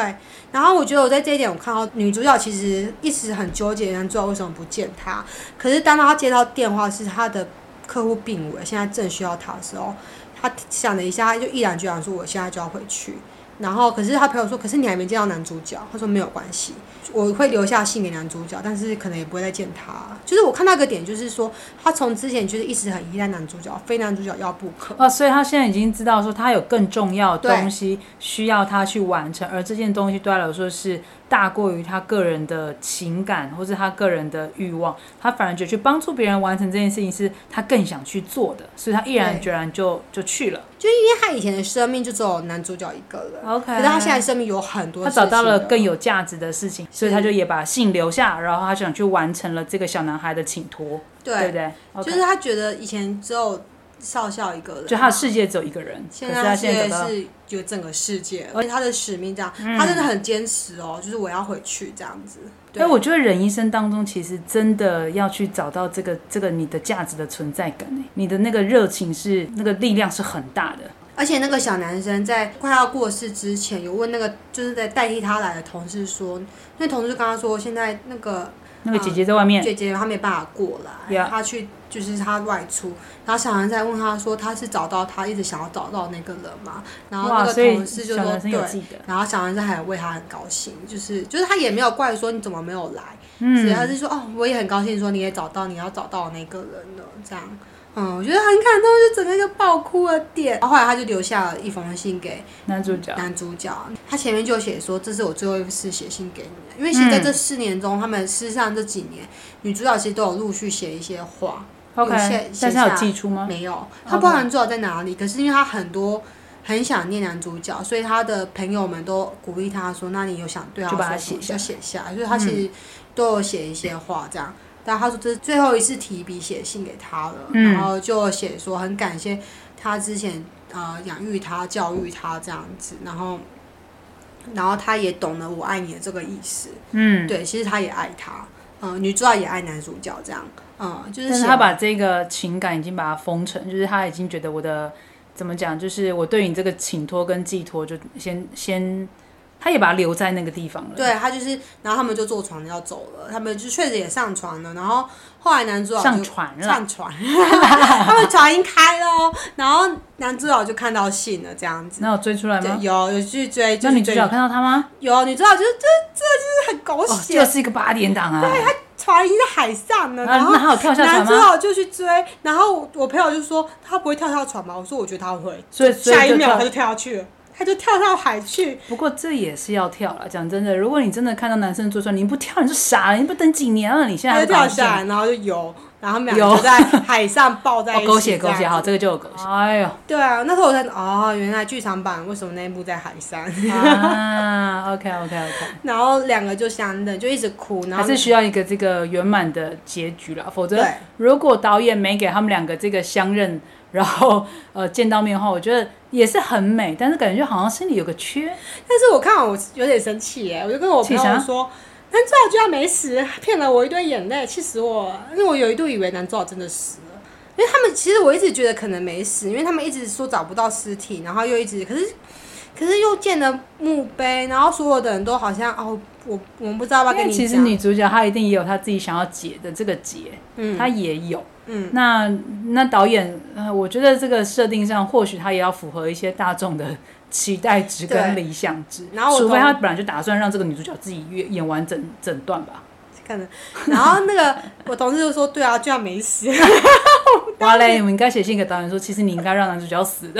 S2: 然后我觉得我在这一点，我看到女主角其实一直很纠结，男主角为什么不见她。可是当她接到电话是她的客户病危，现在正需要她的时候，她想了一下，她就毅然决然说：“我现在就要回去。”然后，可是她朋友说：“可是你还没见到男主角。”她说：“没有关系，我会留下信给男主角，但是可能也不会再见他。”就是我看到一个点，就是说她从之前就是一直很依赖男主角，非男主角要不可。
S1: 哦，所以他现在已经知道说他有更重要的
S2: 对
S1: 东西需要他去完成，而这件东西对他来说是大过于他个人的情感或是他个人的欲望，他反而觉得去帮助别人完成这件事情是他更想去做的，所以他毅然
S2: 对
S1: 决然就就去了。
S2: 因为她以前的生命就只有男主角一个人。
S1: OK，
S2: 可是她现在生命有很多
S1: 啊他
S2: 事情哦
S1: 找
S2: 了，
S1: 到了更有价值的事情，所以
S2: 是
S1: 他就也把信留下，然后他想去完成了这个小男孩的请托，对不
S2: 对，
S1: 对？OK，
S2: 就是他觉得以前只有少校一个人，
S1: 就他的世界只有一个人，可
S2: 现
S1: 是
S2: 在他
S1: 他
S2: 世
S1: 现在
S2: 界
S1: 找到嗯
S2: 是有整个世界，而且他的使命这样，他真的很坚持哦，就是我要回去这样子。对
S1: 哎，，我觉得人一生当中，其实真的要去找到这个这个你的价值的存在感，哎你的那个热情是那个力量是很大的。
S2: 而且那个小男生在快要过世之前，有问那个就是在代替他来的同事说，那同事就跟他说，现在那个
S1: 那个姐姐在外面，
S2: 啊姐姐她没办法过来，
S1: 嗯 Yeah
S2: 她去就是她外出，然后小男生在问他说，他是找到他一直想要找到那个人嘛，然后那
S1: 哇，
S2: 个
S1: 所以
S2: 同事就
S1: 小
S2: 说
S1: 男生
S2: 对
S1: 有。记得，
S2: 然后小男生还为他很高兴，就是就是他也没有怪说你怎么没有来，所以
S1: 嗯，
S2: 他是说哦，我也很高兴说你也找到你要找到那个人了，这样，嗯，我觉得很感动，就整个就爆哭了点。然后后来他就留下了一封信给
S1: 男主角，
S2: 男主角，他前面就写说这是我最后一次写信给你的，因为其实在这四年中，他们事实上这几年女主角其实都有陆续写一些话，
S1: OK，
S2: 有写
S1: 但
S2: 写
S1: 是他
S2: 下
S1: 有
S2: 来
S1: 寄出吗？
S2: 没有，他不知道男主角在哪里。可是因为他很多很想念男主角，所以他的朋友们都鼓励他说：“那你有想对他
S1: 就把它
S2: 说什
S1: 写下
S2: 么就写下。”所以他其实都有写一些话这样。但他说这是最后一次提笔写信给他了，
S1: 嗯
S2: 然后就写说很感谢他之前呃养育他、教育他这样子，然后然后他也懂得“我爱你”的这个意思。
S1: 嗯，
S2: 对，其实他也爱他，嗯、女主角也爱男主角这样，嗯、就是
S1: 但是
S2: 写
S1: 他把这个情感已经把它封尘，就是他已经觉得我的怎么讲，就是我对你这个请托跟寄托，就先先，他也把他留在那个地方了。
S2: 对他就是，然后他们就坐船要走了，他们就确实也上船了，然后后来男主角就
S1: 上船了
S2: 上船，他们船已经开了哦，然后男主角就看到信了，这样子。
S1: 那有追出来
S2: 对
S1: 吗？
S2: 有有去追，就
S1: 那
S2: 是
S1: 女主
S2: 追
S1: 角看到他吗？
S2: 有女主角就是这这就是很狗
S1: 哦，
S2: 血，
S1: 这是一个八点档啊！
S2: 船已经在海上了，
S1: 啊
S2: 然后
S1: 那还有跳下船
S2: 男
S1: 吗
S2: 主角就去追，然后我我朋友就说他不会跳下船吧？我说我觉得他会，
S1: 所以所以
S2: 下一
S1: 就
S2: 秒
S1: 跳
S2: 他就跳下去了，他就跳到海去。
S1: 不过这也是要跳了。讲真的，如果你真的看到男生做出来，你不跳你就傻了，你不等几年了，你现在还
S2: 他就
S1: 不赶
S2: 跳
S1: 快
S2: 下
S1: 下
S2: 来，然后就游，然后他们俩
S1: 游
S2: 就在 海上抱在
S1: 哦，
S2: 一起。
S1: 狗血狗
S2: 这
S1: 血，
S2: 样
S1: 好，这个就有狗血。哎 呦
S2: 对啊，那时候我才哦，原来剧场版为什么那一部在海上？
S1: 啊，OK OK OK，
S2: 然后两个就相认，就一直哭，然
S1: 还
S2: 后
S1: 是需要一个这个圆满的结局啦，否则
S2: 对
S1: 如果导演没给他们两个这个相认，然后呃见到面的话，我觉得也是很美，但是感觉好像心里有个缺。
S2: 但是我看完我有点生气耶，我就跟我朋
S1: 气啥
S2: 友说，男主角居然没死，骗了我一堆眼泪，气死我了！因为我有一度以为男主角真的死了，因为他们其实我一直觉得可能没死，因为他们一直说找不到尸体，然后又一直可是。可是又见了墓碑，然后所有的人都好像哦，我我们不知道要
S1: 因
S2: 不要
S1: 为
S2: 跟
S1: 其实
S2: 讲。
S1: 女主角她一定也有她自己想要解的这个结，
S2: 嗯
S1: 她也有。
S2: 嗯，
S1: 那那导演，呃，我觉得这个设定上，或许他也要符合一些大众的期待值跟
S2: 对
S1: 理想值。
S2: 然后我
S1: 除非
S2: 懂
S1: 他本来就打算让这个女主角自己演演完整整段吧。
S2: 可能。然后那个我同事就说：“对啊，居然没死，
S1: 哇嘞，我们应该写信给导演说，其实你应该让男主角死的。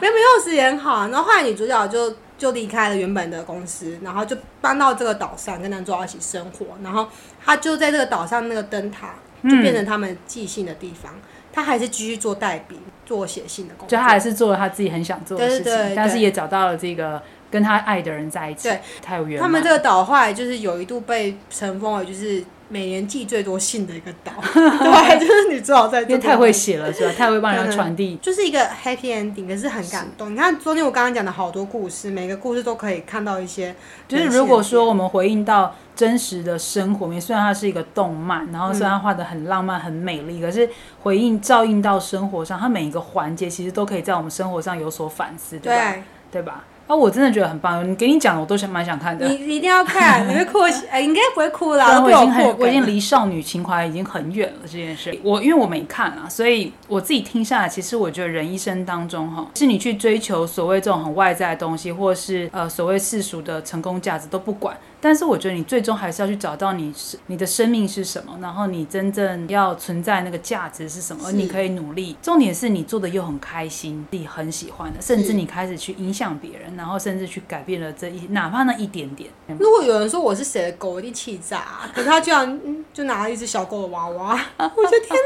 S2: 没有没有死也很好。”啊然后后来女主角就就离开了原本的公司，然后就搬到这个岛上跟男主角一起生活。然后她就在这个岛上那个灯塔
S1: 嗯
S2: 就变成他们寄信的地方。她还是继续做代笔，做写信的工
S1: 就
S2: 作
S1: 他。还是做了他自己很想做的
S2: 对
S1: 事
S2: 哦对
S1: 情，
S2: 对对
S1: 但是也找到了这个跟他爱的人在一起
S2: 对，
S1: 太有缘
S2: 他
S1: 分。
S2: 们这个岛后来就是有一度被尘封为就是每年寄最多信的一个 岛，对，就是女主角在这
S1: 因为
S2: 个
S1: 太会写了，是吧？太会 帮人家
S2: 嗯
S1: 传递。
S2: 就是一个 happy ending，可是很感动。你看中间我刚刚讲的好多故事，每个故事都可以看到一些
S1: 就
S2: 人
S1: 是
S2: 性的点。
S1: 如果说我们回应到真实的生活面，虽然它是一个动漫，然后虽
S2: 嗯
S1: 然它画的很浪漫、很美丽，可是回应照应到生活上，它每一个环节其实都可以在我们生活上有所反思，对吧？
S2: 对
S1: 对吧？啊，我真的觉得很棒，你给你讲的我都想蛮想看的。
S2: 你你一定要看，你会哭， 哎、应该不会哭
S1: 虽
S2: 啦，
S1: 然
S2: 都
S1: 我
S2: 被
S1: 已
S2: 我
S1: 经
S2: 破
S1: 很，我已经
S2: 梗了。
S1: 离少女情怀已经很远了这件事。我因为我没看啊，所以我自己听下来，其实我觉得人一生当中哈，是你去追求所谓这种很外在的东西，或是呃所谓世俗的成功价值都不管。但是我觉得你最终还是要去找到你是你的生命是什么，然后你真正要存在那个价值是什么，
S2: 是
S1: 而你可以努力。重点是你做的又很开心，自己很喜欢的，甚至你开始去影响别人，然后甚至去改变了这一哪怕那一点点。
S2: 如果有人说我是谁的狗，我一定气炸、可是他居然、嗯、就拿了一只小狗的娃 娃，我觉得天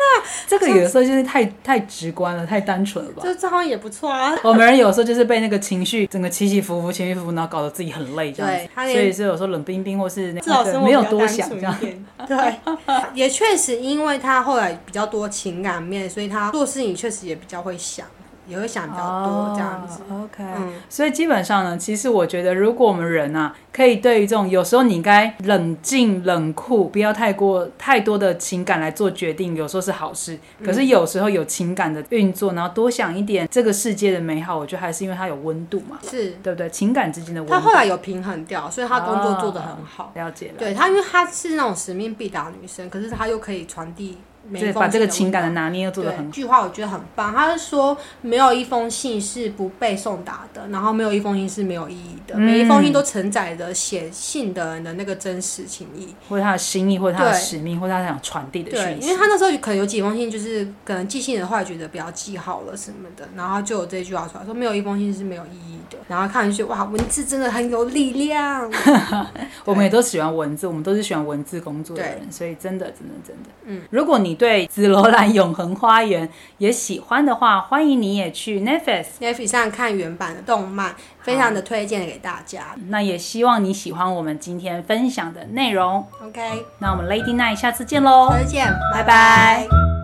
S1: 这个有的时候就是太太直观了，太单纯了吧
S2: 哪，？这这好像也不错啊。
S1: 我们人有时候就是被那个情绪整个起起伏伏、起起伏伏，然后搞得自己很累这样子
S2: 对，他也
S1: 所以是有时候冷冰冰或是那
S2: 至少
S1: 个
S2: 生活
S1: 没有
S2: 比较
S1: 多
S2: 单
S1: 想
S2: 纯
S1: 这样
S2: 一。点。对， 也确实，因为他后来比较多情感面，所以他做事情确实也比较会想，也会想比较多这样子。
S1: 哦 OK，、
S2: 嗯，
S1: 所以基本上呢，其实我觉得，如果我们人啊，可以对于这种有时候你应该冷静、冷酷，不要太过太多的情感来做决定，有时候是好事。
S2: 嗯
S1: 可是有时候有情感的运作，然后多想一点这个世界的美好，我觉得还是因为它有温度嘛，
S2: 是。
S1: 对不对？情感之间的温
S2: 她
S1: 度。
S2: 后来有平衡掉，所以她工作做得很好。
S1: 了解了。
S2: 对她，因为她是那种使命必达的女生，可是她又可以传递每
S1: 对，
S2: 一封
S1: 把这个
S2: 信
S1: 情感的
S2: 温
S1: 拿捏又
S2: 度
S1: 做得很
S2: 对句话，我觉得很棒。她是说没有一封信是不被送达的，然后没有一封信是没有意义的，
S1: 嗯
S2: 每一封信都承载着写信的人的那个真实情意。
S1: 好，或者他的心意，或者他的
S2: 对
S1: 使命，或者他想传递的
S2: 对，
S1: 讯
S2: 因为
S1: 息。
S2: 她那时候可能有几封信，就是可能寄信的话觉得不要记好了什么的，然后就有这句话出来，说没有一封信是没有意义的。然后看上去哇，文字真的很有力 量。
S1: 我们也都喜欢文字，我们都是喜欢文字工作的
S2: 对
S1: 人，所以真的，真的，真的，
S2: 嗯，
S1: 如果你对《紫罗兰永恒花园》也喜欢的话，欢迎你也去 Netflix。
S2: Netflix 上看原版的动漫，非常的推荐给大家。
S1: 那也希望你喜欢我们今天分享的内容。
S2: OK，
S1: 那我们 Lady Night 下次见喽，
S2: 再见，
S1: 拜
S2: 拜
S1: 拜
S2: 拜